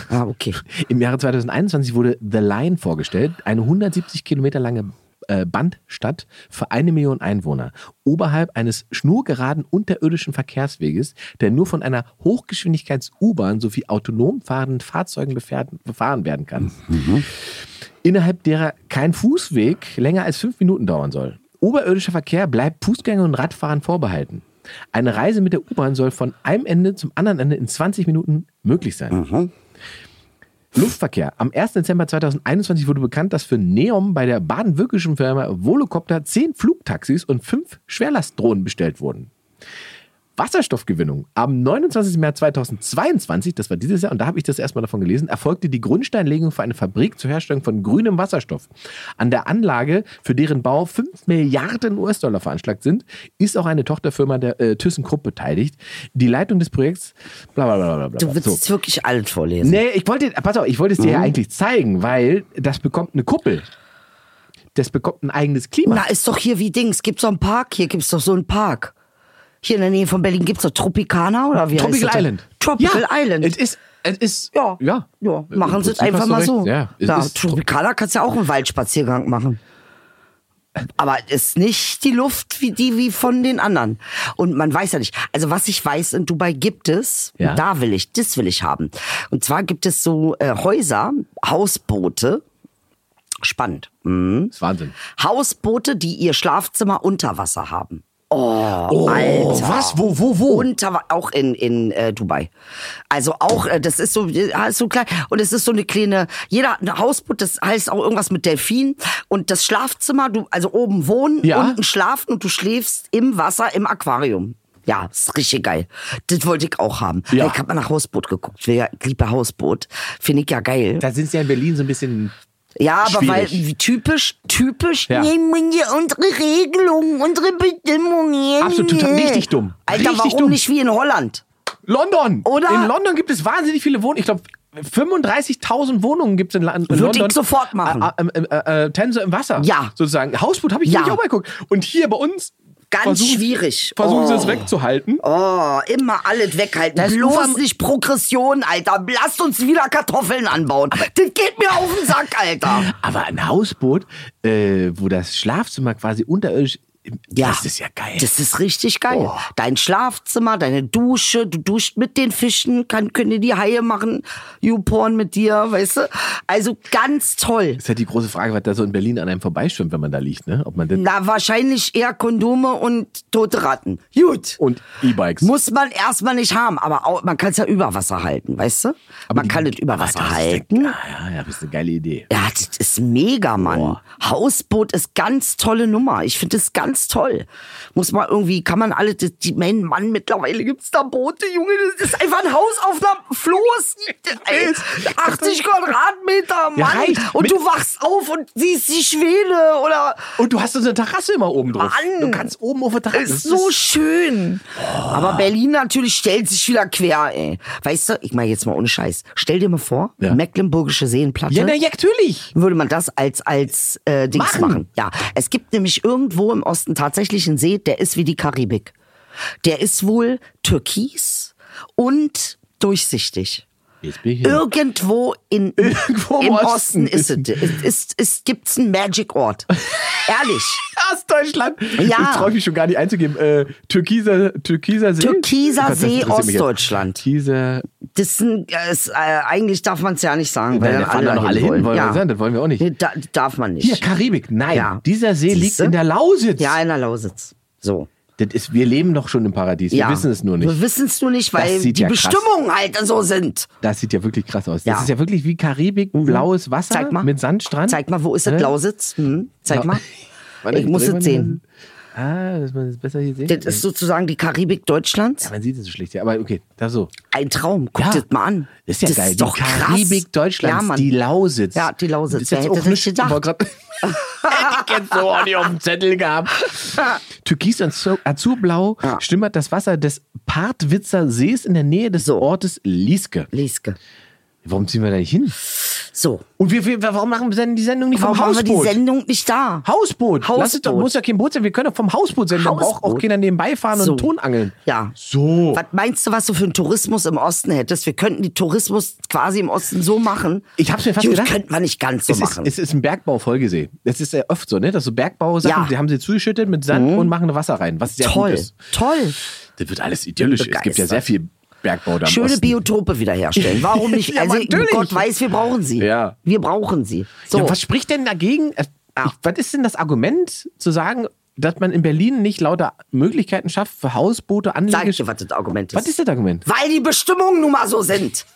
ah, okay. Im Jahre 2021 wurde The Line vorgestellt, eine 170 Kilometer lange äh, Bandstadt für eine Million Einwohner, oberhalb eines schnurgeraden unterirdischen Verkehrsweges, der nur von einer Hochgeschwindigkeits-U-Bahn sowie autonom fahrenden Fahrzeugen befährden- befahren werden kann, innerhalb derer kein Fußweg länger als fünf Minuten dauern soll. Oberirdischer Verkehr bleibt Fußgängern und Radfahrern vorbehalten. Eine Reise mit der U-Bahn soll von einem Ende zum anderen Ende in 20 Minuten möglich sein. Luftverkehr. Am 1. Dezember 2021 wurde bekannt, dass für Neom bei der baden-württembergischen Firma Volocopter 10 Flugtaxis und 5 Schwerlastdrohnen bestellt wurden. Wasserstoffgewinnung. Am 29. März 2022, das war dieses Jahr, und da habe ich das erstmal davon gelesen, erfolgte die Grundsteinlegung für eine Fabrik zur Herstellung von grünem Wasserstoff. An der Anlage, für deren Bau 5 Milliarden US-Dollar veranschlagt sind, ist auch eine Tochterfirma der äh, ThyssenKrupp beteiligt. Die Leitung des Projekts, bla bla bla bla. bla. Du willst So. jetzt wirklich alles vorlesen. Nee, ich wollte, pass auf, ich wollte es Mhm. dir ja eigentlich zeigen, weil das bekommt eine Kuppel. Das bekommt ein eigenes Klima. Na, ist doch hier wie Dings. Gibt's doch einen Park? Hier gibt's doch so einen Park. Hier in der Nähe von Berlin gibt's doch Tropicana oder wie heißt Tropical das? Island. Tropical ja, Äh, Es Island. ist, es ist, Ja. ja. ja. Machen Sie es Im Prinzip einfach hast du mal recht. so. Ja, es Na, ist Tropicana kannst ja auch einen Waldspaziergang machen. Aber ist nicht die Luft wie die wie von den anderen. Und man weiß ja nicht. Also was ich weiß, in Dubai gibt es, Ja. da will ich, das will ich haben. Und zwar gibt es so äh, Häuser, Hausboote. Spannend. Mhm. ist Wahnsinn. Hausboote, die ihr Schlafzimmer unter Wasser haben. Oh, Alter. was? Wo, wo, wo? Unter, Wa- auch in, in äh, Dubai. Also auch, äh, das ist so, ja, ist so klein. Und es ist so eine kleine, jeder hat ein Hausboot, das heißt auch irgendwas mit Delfin. Und das Schlafzimmer, du, also oben wohnen, Ja. unten schlafen und du schläfst im Wasser im Aquarium. Ja, ist richtig geil. Das wollte ich auch haben. Ja. Ich habe mal nach Hausboot geguckt. Ich liebe Hausboot. Finde ich ja geil. Da sind sie ja in Berlin so ein bisschen. Ja, aber Schwierig. weil wie typisch, typisch Ja. nehmen wir unsere Regelungen, unsere Bestimmungen. Absolut, total- richtig dumm. Alter, Richtig warum dumm. nicht wie in Holland? London! Oder- In London gibt es wahnsinnig viele Wohnungen. Ich glaube, 35.000 Wohnungen gibt es in, La- in London. Würde ich sofort machen. Ä- Äh, äh, äh, Tänze im Wasser. Ja. Sozusagen. Hausboot habe ich Ja. nämlich auch mal geguckt. Und hier bei uns. Ganz versuchen- schwierig. Versuchen sie Oh. es wegzuhalten. Oh, immer alles weghalten. Das Bloß Ufer- nicht Progression, Alter. Lasst uns wieder Kartoffeln anbauen. Das geht mir auf den Sack, Alter. Aber ein Hausboot, äh, wo das Schlafzimmer quasi unterirdisch. Ja. Das ist ja geil. Das ist richtig geil. Oh. Dein Schlafzimmer, deine Dusche, du duscht mit den Fischen, kann, können dir die Haie machen, YouPorn mit dir, weißt du? Also ganz toll. ist halt die große Frage, was da so in Berlin an einem vorbeischwimmt, wenn man da liegt, ne? Ob man das. Na, wahrscheinlich eher Kondome und tote Ratten. Gut. Und E-Bikes. Muss man erstmal nicht haben, aber auch, man kann es ja über Wasser halten, weißt du? man kann es über Aber Wasser das ist halten. Eine, ah, ja, ja, das ist eine geile Idee. Ja, das ist mega, Mann. Hausboot ist ganz tolle Nummer. Ich finde das ganz toll. Muss man irgendwie, kann man alle, das, die, mein Mann, mittlerweile gibt's da Boote, Junge, das ist einfach ein Haus auf einer Floß. Ey, 80 Quadratmeter, Mann. Ja, reicht. und Mit- du wachst auf und siehst die Schwede oder Und du hast so eine Terrasse immer oben drauf. Mann! Du kannst oben auf der Terrasse. ist Das so schön. Aber Berlin natürlich stellt sich wieder quer, ey. Weißt du, ich meine jetzt mal ohne Scheiß. Stell dir mal vor, Ja. Mecklenburgische Seenplatte. Ja, na, ja, natürlich. würde man das als als äh, Dings machen. Machen. Ja, es gibt nämlich irgendwo im Osten tatsächlich einen See, der ist wie die Karibik. Der ist wohl türkis und durchsichtig. Jetzt bin ich hier. Irgendwo in Irgendwo im im Osten, Osten. ist es ist, ist, ist gibt's einen Magic Ort. Ehrlich. Aus Deutschland. Ja. Ich traue mich schon gar nicht einzugeben. Äh, Türkiser, Türkiser See. Türkiser Das See, interessiert mich jetzt. Ostdeutschland. Türkiser. Das ist, ein, äh, ist äh, eigentlich darf man es ja nicht sagen, weil Nein, da dann fahren alle, doch noch dahin alle hin, wollen. wollen wir ja. sagen, das wollen wir auch nicht. Nee, da, darf man nicht. Hier, Karibik. Nein, Ja. dieser See Siehste? liegt in der Lausitz. ja, in der Lausitz. So. Das ist, wir leben doch schon im Paradies. ja. Wir wissen es nur Wir nicht. wissen es nur nicht, weil Das sieht die ja krass. Bestimmungen halt so sind. Das sieht ja wirklich krass aus. Ja. Mhm. Das ist ja wirklich wie Karibik, blaues Wasser Zeig mal. mit Sandstrand. Zeig mal, wo ist das Äh? Lausitz? Hm? Zeig Ja. mal. Warte, Ich muss dreh es mal sehen. den- Ah, dass man das besser hier sehen Das ist sozusagen die Karibik Deutschlands. Ja, man sieht es so schlecht. Ja, aber okay, da so. Ein Traum. Guck Ja. das mal an. Das ist ja das geil. Ist doch die Karibik krass. Deutschlands, Ja, Mann. die Lausitz. Ja, die Lausitz. Das ist jetzt Wer auch hätte das nicht gedacht? gedacht. Grad, hätte ich jetzt so auch nicht auf dem Zettel gehabt. Türkis und Zo- Azurblau Ja. schimmert das Wasser des Partwitzer Sees in der Nähe des Ortes Lieske. Lieske. Warum ziehen wir da nicht hin? So. Und wir, wir, warum machen wir denn die Sendung nicht Warum vom haben wir die Hausboot? Sendung nicht da? Hausboot. Lass es doch, Hausboot. muss ja kein Boot sein. Wir können doch vom Hausboot senden. Da braucht auch Hausboot. keiner nebenbei fahren So. und Ton angeln. Ja. So. Was meinst du, was du für einen Tourismus im Osten hättest? Wir könnten die Tourismus quasi im Osten so machen. Ich hab's mir fast Gut, gedacht. könnten wir nicht ganz so es machen. Ist, es ist ein Bergbaufolgesee. Das ist ja oft so, ne? Dass so Bergbausachen, Ja. Mhm. die haben sie zugeschüttet mit Sand und machen da Wasser rein, was sehr gut toll, ist. toll. Das wird alles idyllisch. Es gibt ja Begeistert. sehr viel Bergbau da im Schöne Osten. Biotope wiederherstellen. Warum nicht? Ja, also natürlich. Gott weiß, wir brauchen sie. Ja. Wir brauchen sie. So. Ja, was spricht denn dagegen? Äh, Ich, was ist denn das Argument zu sagen, dass man in Berlin nicht lauter Möglichkeiten schafft für Hausboote, Sag Anlege? ich dir, was das Argument ist. was ist das Argument? Weil die Bestimmungen nun mal so sind.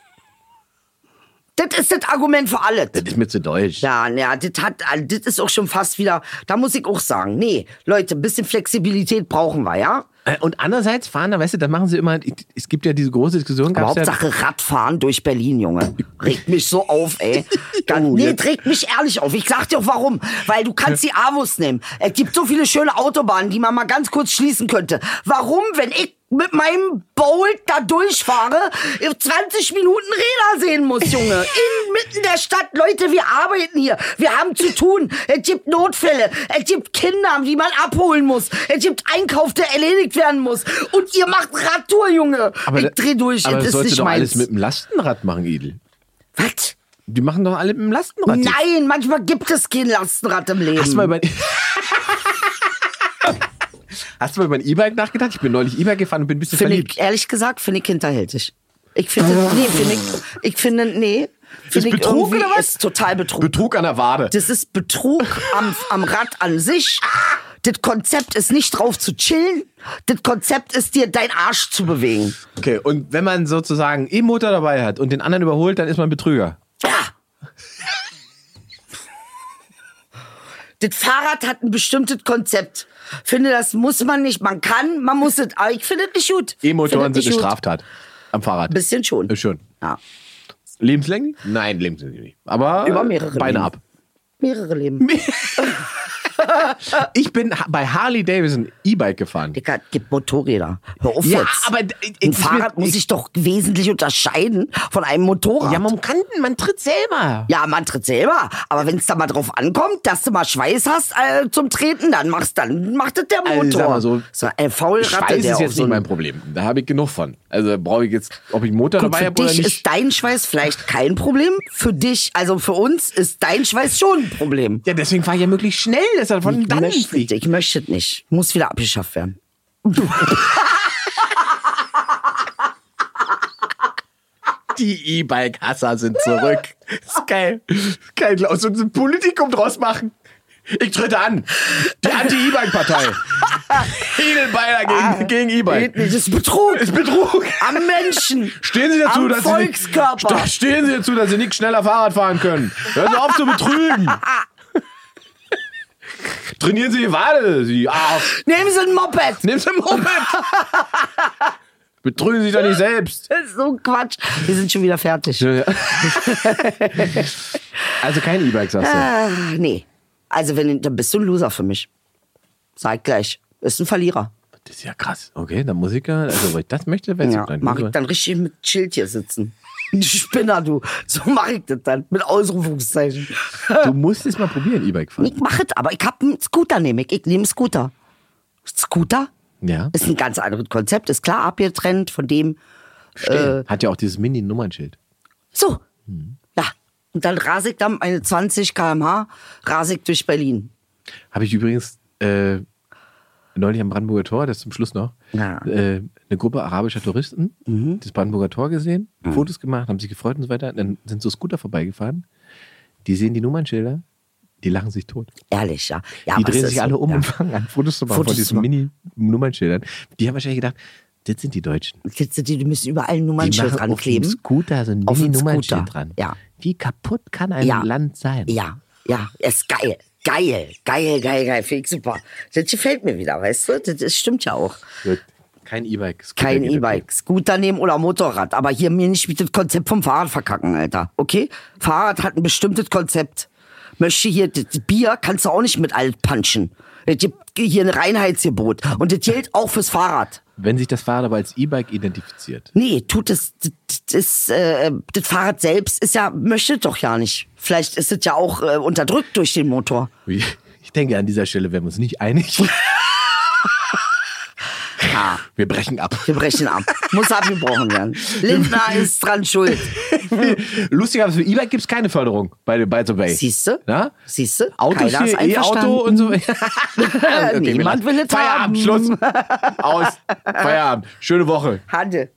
Das ist das Argument für alles. Das ist mir zu deutsch. Ja, ja, das hat, das ist auch schon fast wieder, da muss ich auch sagen, nee, Leute, ein bisschen Flexibilität brauchen wir, ja? Äh, Und andererseits fahren da, weißt du, dann machen sie immer, es gibt ja diese große Diskussion, Aber gab's ja, Hauptsache Radfahren durch Berlin, Junge. Regt mich so auf, ey. Ganz, Oh, nee, jetzt. das regt mich ehrlich auf. Ich sag dir auch warum. Weil du kannst die Avus nehmen. Es gibt so viele schöne Autobahnen, die man mal ganz kurz schließen könnte. Warum, wenn ich mit meinem Bolt da durchfahre, 20 Minuten Räder sehen muss, Junge. Inmitten der Stadt. Leute, wir arbeiten hier. Wir haben zu tun. Es gibt Notfälle. Es gibt Kinder, die man abholen muss. Es gibt Einkauf, der erledigt werden muss. Und ihr macht Radtour, Junge. aber ich dreh durch. aber es das ist sollst du nicht doch meins. alles mit dem Lastenrad machen, Edel. Was? Die machen doch alle mit dem Lastenrad. die Nein, manchmal gibt es kein Lastenrad im Leben. Hast du mal über Hast du mal über ein E-Bike nachgedacht? Ich bin neulich E-Bike gefahren und bin ein bisschen finde verliebt. ich, ehrlich gesagt, finde ich hinterhältig. Ich finde, nee, finde ich, ich finde, nee. Finde ich Betrug irgendwie- oder was? Ist total Betrug. Betrug an der Wade. das ist Betrug am, am Rad an sich. Das Konzept ist nicht drauf zu chillen. Das Konzept ist dir, dein Arsch zu bewegen. Okay, und wenn man sozusagen E-Motor dabei hat und den anderen überholt, dann ist man Betrüger. Ja. Das Fahrrad hat ein bestimmtes Konzept. Finde, das muss man nicht. Man kann, man muss es. Aber ich finde es nicht gut. E-Motoren Finde es sind eine nicht gut. Straftat am Fahrrad. Bisschen schon. Äh, schon. Ja. Lebenslänglich? Nein, lebenslänglich nicht. Aber Über äh, mehrere Beine Leben. ab. Mehrere Leben. Ich bin ha- bei Harley Davidson E-Bike gefahren. Dicker, es gibt Motorräder. Hör auf Ja, jetzt. aber, äh, ein es ist Fahrrad mir- muss sich doch wesentlich unterscheiden von einem Motorrad. Ja, Ja, man, man kann, man tritt selber. tritt selber. Aber wenn es da mal drauf ankommt, dass du mal Schweiß hast äh, zum Treten, dann machst dann macht das der Also, Motor. sag mal so, so ein Faulratte, Schweiß der ist auf jetzt so nicht mein einem Problem. Da habe ich genug von. Also brauche ich jetzt, ob ich einen Motor Gut, dabei für habe oder dich nicht. ist dein Schweiß vielleicht kein Problem. Für dich, also für uns, ist dein Schweiß schon ein Problem. Ja, deswegen fahre ich ja möglichst schnell, dass er von Ich dann möchte, fliegt. ich möchte es nicht. Muss wieder abgeschafft werden. Die E-Bike-Hasser sind zurück. ist geil. Ist geil. Aus uns ein Politikum draus machen. Ich tritte an. Die Anti-E-Bike-Partei. Edelbeiler gegen, gegen Geht E-Bike. nicht, ist Betrug. Ist Betrug. Am Menschen. Stehen Sie dazu, Am dass Sie Volkskörper. nicht, Ste- stehen Sie dazu, dass Sie nicht schneller Fahrrad fahren können. Hören Sie auf zu betrügen. Trainieren Sie die Wade, Sie Arsch. Nehmen Sie ein Moped. Nehmen Sie einen Moment. Betrügen Sie doch nicht selbst. Das ist so ein Quatsch. Wir sind schon wieder fertig. Also kein E-Bike, sagst du. Ah, nee. Also, wenn, dann bist du ein Loser für mich. Sag gleich. Bist ein Verlierer. Das ist ja krass. Okay, dann muss ich ja, also wenn ich das möchte, weiß Ja, ich dann. mach ich dann richtig mit Schild hier sitzen. Du Spinner, du. So mach ich das dann. Mit Ausrufungszeichen. Du musst es mal probieren, E-Bike fahren. Ich mach es, aber ich hab einen Scooter, nehme ich. Ich nehme einen Scooter. Scooter Ja. ist ein ganz anderes Konzept, ist klar abgetrennt von dem. Stehen. Hat ja auch dieses Mini-Nummernschild. So. Ja. Und dann rase ich dann meine 20 km/h, rase ich durch Berlin. Habe ich übrigens äh, neulich am Brandenburger Tor, das zum Schluss noch, Ja. Mhm. äh, eine Gruppe arabischer Touristen, das Brandenburger Tor gesehen, Fotos gemacht, haben sich gefreut und so weiter. Dann sind so Scooter vorbeigefahren. Die sehen die Nummernschilder, die lachen sich tot. Ehrlich, ja. ja die aber es drehen ist sich alle so, um ja. und fangen an, Fotos zu machen Fotos von zu diesen Mini-Nummernschildern. Die haben wahrscheinlich gedacht, das sind die Deutschen. Sitze, die, die müssen überall ein Nummernschild auf dem rankleben. Scooter so ein Auf den Scooter, Mini-Nummernschild dran. ja. Wie kaputt kann ein Ja. Land sein? Ja, ja, ist geil. Geil, geil, geil, geil. Finde ich super. Das gefällt mir wieder, weißt du? Das, das stimmt ja auch. Gut. Kein E-Bike. Scooter Kein geht okay. E-Bike, Scooter nehmen oder Motorrad. Aber hier mir nicht mit dem Konzept vom Fahrrad verkacken, Alter. Okay? Fahrrad hat ein bestimmtes Konzept. Möchte hier, das Bier kannst du auch nicht mit alt punchen. Es gibt hier ein Reinheitsgebot. Und das gilt auch fürs Fahrrad. Wenn sich das Fahrrad aber als E-Bike identifiziert. Nee, tut es. Das, das, äh, das Fahrrad selbst ist ja, möchte doch ja nicht. Vielleicht ist es ja auch äh, unterdrückt durch den Motor. Wie- Ich denke, an dieser Stelle werden wir uns nicht einig. Ja, Wir brechen ab. Ah. wir brechen ab. Muss abgebrochen werden. Lindner ist dran schuld. Lustigerweise, für E-Bike gibt es keine Förderung bei, bei The Bay. Siehste? Na? Siehste? Autos Keiner ist hier, ne? E-Auto einverstanden. und so. wir Äh, Niemand lassen- will es Feierabend, haben. Schluss. Aus. Feierabend. Schöne Woche. Handel.